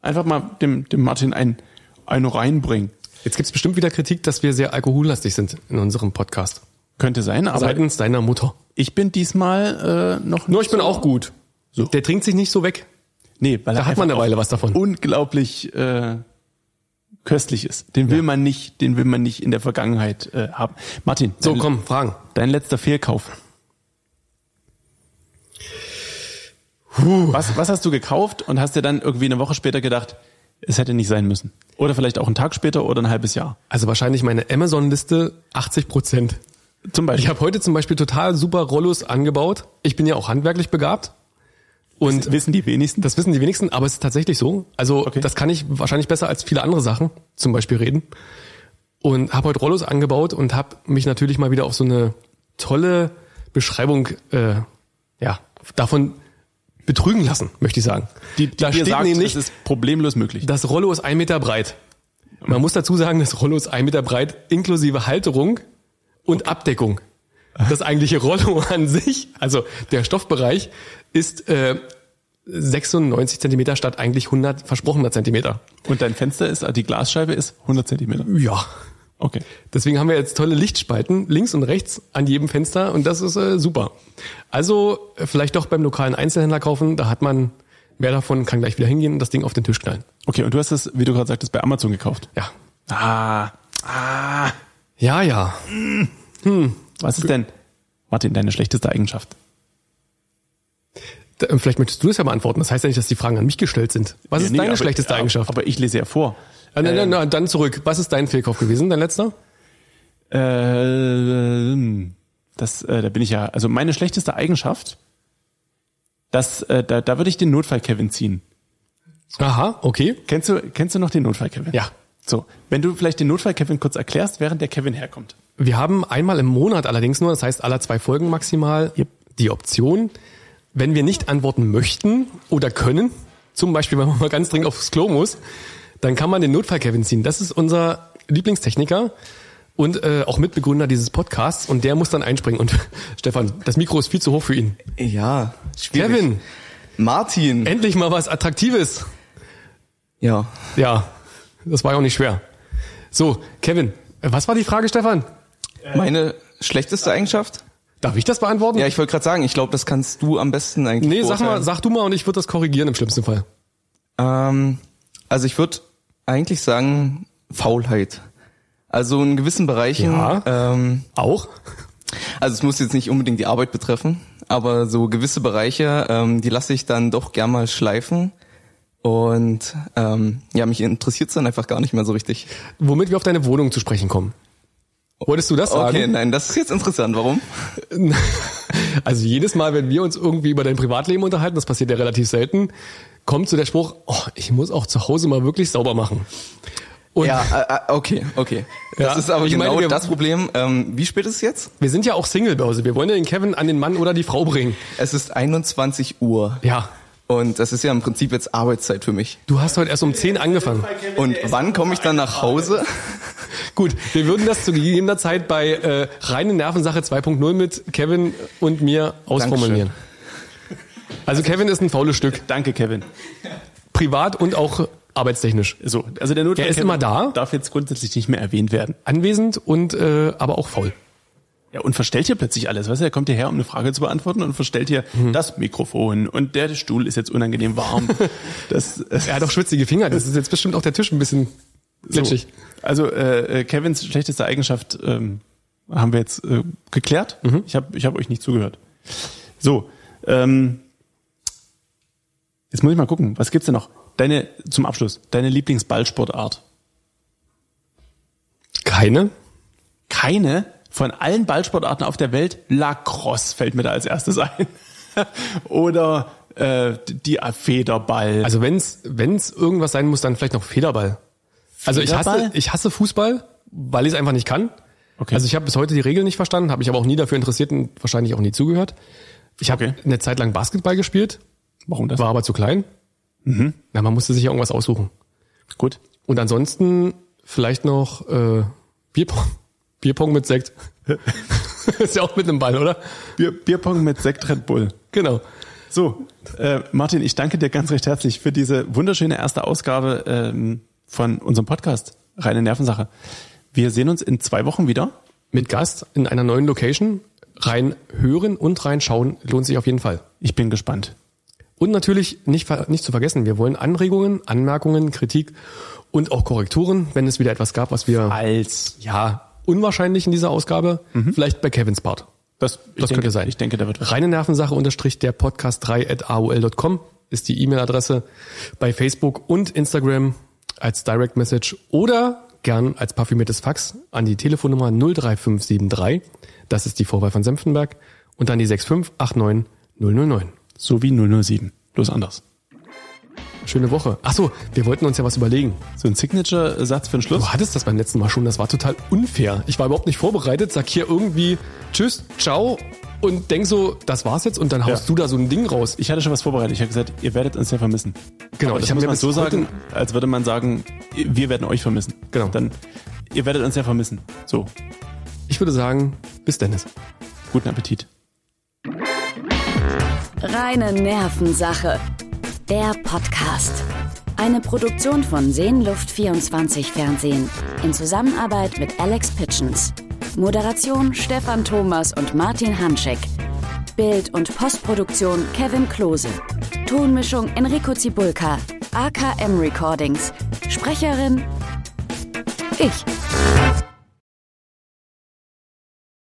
B: Einfach mal dem, dem Martin ein, ein reinbringen.
C: Jetzt gibt's bestimmt wieder Kritik, dass wir sehr alkohollastig sind in unserem Podcast.
B: Könnte sein, aber
C: Seitens deiner Mutter.
B: ich bin diesmal äh, noch nicht.
C: Nur ich bin auch gut.
B: So.
C: Der trinkt sich nicht so weg.
B: Nee, weil
C: Da
B: er
C: hat man
B: einfach
C: eine Weile
B: auch
C: was davon.
B: Unglaublich äh, köstlich ist. Den will man nicht, den will man nicht in der Vergangenheit äh, haben. Martin,
C: So,
B: dein,
C: komm, Fragen.
B: dein letzter Fehlkauf. Was, was hast du gekauft und hast dir dann irgendwie eine Woche später gedacht, es hätte nicht sein müssen? Oder vielleicht auch einen Tag später oder ein halbes Jahr.
C: Also wahrscheinlich meine Amazon-Liste 80 Prozent.
B: Zum Beispiel.
C: Ich habe heute zum Beispiel total super Rollos angebaut. Ich bin ja auch handwerklich begabt. Und
B: wissen die wenigsten.
C: das wissen die wenigsten, aber es ist tatsächlich so. Also
B: Okay.
C: das kann ich wahrscheinlich besser als viele andere Sachen, zum Beispiel reden. Und habe heute Rollos angebaut und habe mich natürlich mal wieder auf so eine tolle Beschreibung äh, ja, davon betrügen lassen, möchte ich sagen.
B: Die, die
C: da
B: dir
C: steht
B: sagt,
C: nämlich,
B: es ist problemlos möglich.
C: das Rollo ist ein Meter breit. Man muss dazu sagen, das Rollo ist ein Meter breit, inklusive Halterung und Abdeckung. Das eigentliche Rollo an sich, also der Stoffbereich, ist äh, 96 Zentimeter statt eigentlich 100 versprochener Zentimeter.
B: Und dein Fenster ist, die Glasscheibe ist 100 Zentimeter.
C: Ja.
B: Okay.
C: Deswegen haben wir jetzt tolle Lichtspalten links und rechts an jedem Fenster und das ist äh, super. Also äh, vielleicht doch beim lokalen Einzelhändler kaufen, da hat man mehr davon, kann gleich wieder hingehen und das Ding auf den Tisch knallen.
B: Okay, und du hast das, wie du gerade sagtest, bei Amazon gekauft.
C: Ja.
B: Ah, ah.
C: Ja, ja.
B: Was ist denn, Martin, deine schlechteste Eigenschaft?
C: Da, ähm, Vielleicht möchtest du das ja beantworten. Das heißt ja nicht, dass die Fragen an mich gestellt sind. Was ist
B: Nee,
C: deine
B: aber- ähm,
C: schlechteste Eigenschaft? Äh,
B: Aber ich lese ja vor.
C: Ah, nein, nein, nein, dann zurück. Was ist dein Fehlkauf gewesen, dein letzter?
B: Äh, das, äh, da bin ich ja. Also meine schlechteste Eigenschaft, das, äh, da, da würde ich den Notfall Kevin ziehen.
C: Aha, okay.
B: Kennst du, kennst du noch den Notfall Kevin?
C: Ja.
B: So, wenn du vielleicht den Notfall Kevin kurz erklärst, während der Kevin herkommt.
C: Wir haben einmal im Monat allerdings nur, das heißt aller zwei Folgen maximal,
B: Yep.
C: die Option, wenn wir nicht antworten möchten oder können, zum Beispiel, wenn man mal ganz dringend aufs Klo muss, dann kann man den Notfall Kevin ziehen. Das ist unser Lieblingstechniker und äh, auch Mitbegründer dieses Podcasts und der muss dann einspringen. Und Stefan, das Mikro ist viel zu hoch für ihn.
E: Ja, schwierig.
C: Kevin,
E: Martin.
C: endlich mal was Attraktives.
E: ja.
C: Ja, das war ja auch nicht schwer. So, Kevin, äh, was war die Frage, Stefan? Äh.
E: Meine schlechteste Eigenschaft?
C: Darf ich das beantworten?
E: Ja, ich wollte gerade sagen, ich glaube, das kannst du am besten eigentlich.
C: Nee, sag mal,
E: beurteilen.
C: sag du mal und ich würde das korrigieren im schlimmsten Fall.
E: Ähm, also ich würde eigentlich sagen Faulheit. Also in gewissen Bereichen.
C: Ja.
E: Ähm,
C: Auch?
E: also es muss jetzt nicht unbedingt die Arbeit betreffen, aber so gewisse Bereiche, ähm, die lasse ich dann doch gern mal schleifen. Und ähm, ja, mich interessiert es dann einfach gar nicht mehr so richtig.
C: Womit wir auf deine Wohnung zu sprechen kommen. Wolltest du das sagen?
E: Okay, nein, das ist jetzt interessant. Warum?
C: Also jedes Mal, wenn wir uns irgendwie über dein Privatleben unterhalten, das passiert ja relativ selten, kommt so der Spruch, oh, ich muss auch zu Hause mal wirklich sauber machen. Und
E: Ja, äh, äh, okay, okay. Das
C: Ja,
E: ist aber
C: ich meine,
E: genau
C: wir-
E: das Problem. Ähm, wie spät ist es jetzt?
C: wir sind ja auch Singlebörse. Wir wollen ja den Kevin an den Mann oder die Frau bringen.
E: Es ist 21 Uhr.
C: Ja.
E: Und das ist ja im Prinzip jetzt Arbeitszeit für mich.
C: Du hast heute erst um 10 angefangen.
E: Und wann komme ich dann nach Hause?
C: Gut, wir würden das zu gegebener Zeit bei äh, reine Nervensache 2.0 mit Kevin und mir ausformulieren. Also Kevin ist ein faules Stück,
B: Danke, Kevin.
C: privat und auch arbeitstechnisch.
B: So, also der Notfall
C: Er ist
B: Kevin
C: immer da.
B: darf jetzt grundsätzlich nicht mehr erwähnt werden.
C: Anwesend und äh, aber auch faul.
B: Ja, und verstellt hier plötzlich alles. Weißt du, er kommt hierher, um eine Frage zu beantworten und verstellt hier das Mikrofon und der Stuhl ist jetzt unangenehm warm. das, äh,
C: Er hat auch schwitzige Finger, das ist jetzt bestimmt auch der Tisch ein bisschen glitschig.
B: Also äh, äh, Kevins schlechteste Eigenschaft ähm, haben wir jetzt äh, geklärt. Ich habe ich hab euch nicht zugehört. So, ähm, jetzt muss ich mal gucken, was gibt's denn noch? Deine zum Abschluss, deine Lieblingsballsportart?
C: Keine?
B: Keine von allen Ballsportarten auf der Welt, Lacrosse fällt mir da als erstes ein. Oder äh, die Federball.
C: Also wenn's wenn's irgendwas sein muss, dann vielleicht noch Federball. Also ich hasse
B: Federball?
C: ich hasse Fußball, weil ich es einfach nicht kann.
B: Okay.
C: Also ich habe bis heute die Regeln nicht verstanden, habe mich aber auch nie dafür interessiert und wahrscheinlich auch nie zugehört. Ich habe
B: Okay.
C: eine Zeit lang Basketball gespielt,
B: Warum das?
C: war aber zu klein. Na, man musste sich ja irgendwas aussuchen.
B: Gut.
C: Und ansonsten vielleicht noch äh, Bierpong. Bierpong mit Sekt. ist ja auch mit einem Ball, oder?
B: Bier, Bierpong mit Sekt Red Bull.
C: Genau.
B: So, äh, Martin, ich danke dir ganz recht herzlich für diese wunderschöne erste Ausgabe ähm, von unserem Podcast Reine Nervensache. Wir sehen uns in zwei Wochen wieder.
C: Mit Gast in einer neuen Location. Rein hören und reinschauen lohnt sich auf jeden Fall.
B: Ich bin gespannt.
C: Und natürlich nicht, ver- nicht zu vergessen, wir wollen Anregungen, Anmerkungen, Kritik und auch Korrekturen, wenn es wieder etwas gab, was wir
B: Als
C: ja unwahrscheinlich in dieser Ausgabe, vielleicht bei Kevins Part.
B: das, ich
C: Das
B: denke,
C: könnte sein.
B: Ich denke, da wird was.
C: Reine Nervensache unterstrich der Podcast 3 at aol.com ist die E-Mail-Adresse bei Facebook und Instagram als Direct Message oder gern als parfümiertes Fax an die Telefonnummer 03573. Das ist die Vorwahl von Senftenberg und dann die 6589009.
B: So wie 007. Bloß anders.
C: Schöne Woche. Ach so, wir wollten uns ja was überlegen.
B: So ein Signature-Satz für den Schluss.
C: Du hattest das beim letzten Mal schon, das war total unfair. Ich war überhaupt nicht vorbereitet, sag hier irgendwie Tschüss, ciao und denk so, das war's jetzt und dann haust
B: Ja.
C: du da so ein Ding raus.
B: Ich hatte schon was vorbereitet. Ich habe gesagt, ihr werdet uns ja vermissen.
C: Genau,
B: Aber
C: ich
B: das
C: hab
B: muss
C: mir
B: man
C: bis
B: so sagen,
C: heute-
B: als würde man sagen, wir werden euch vermissen.
C: Genau.
B: Dann, ihr werdet uns ja vermissen. So,
C: Ich würde sagen, bis Dennis.
B: guten Appetit.
A: Reine Nervensache. Der Podcast. Eine Produktion von Seenluft24 Fernsehen in Zusammenarbeit mit Alex Pitchens. Moderation Stefan Thomas und Martin Hanschek. Bild- und Postproduktion Kevin Klose. Tonmischung Enrico Zibulka. AKM Recordings. Sprecherin ich.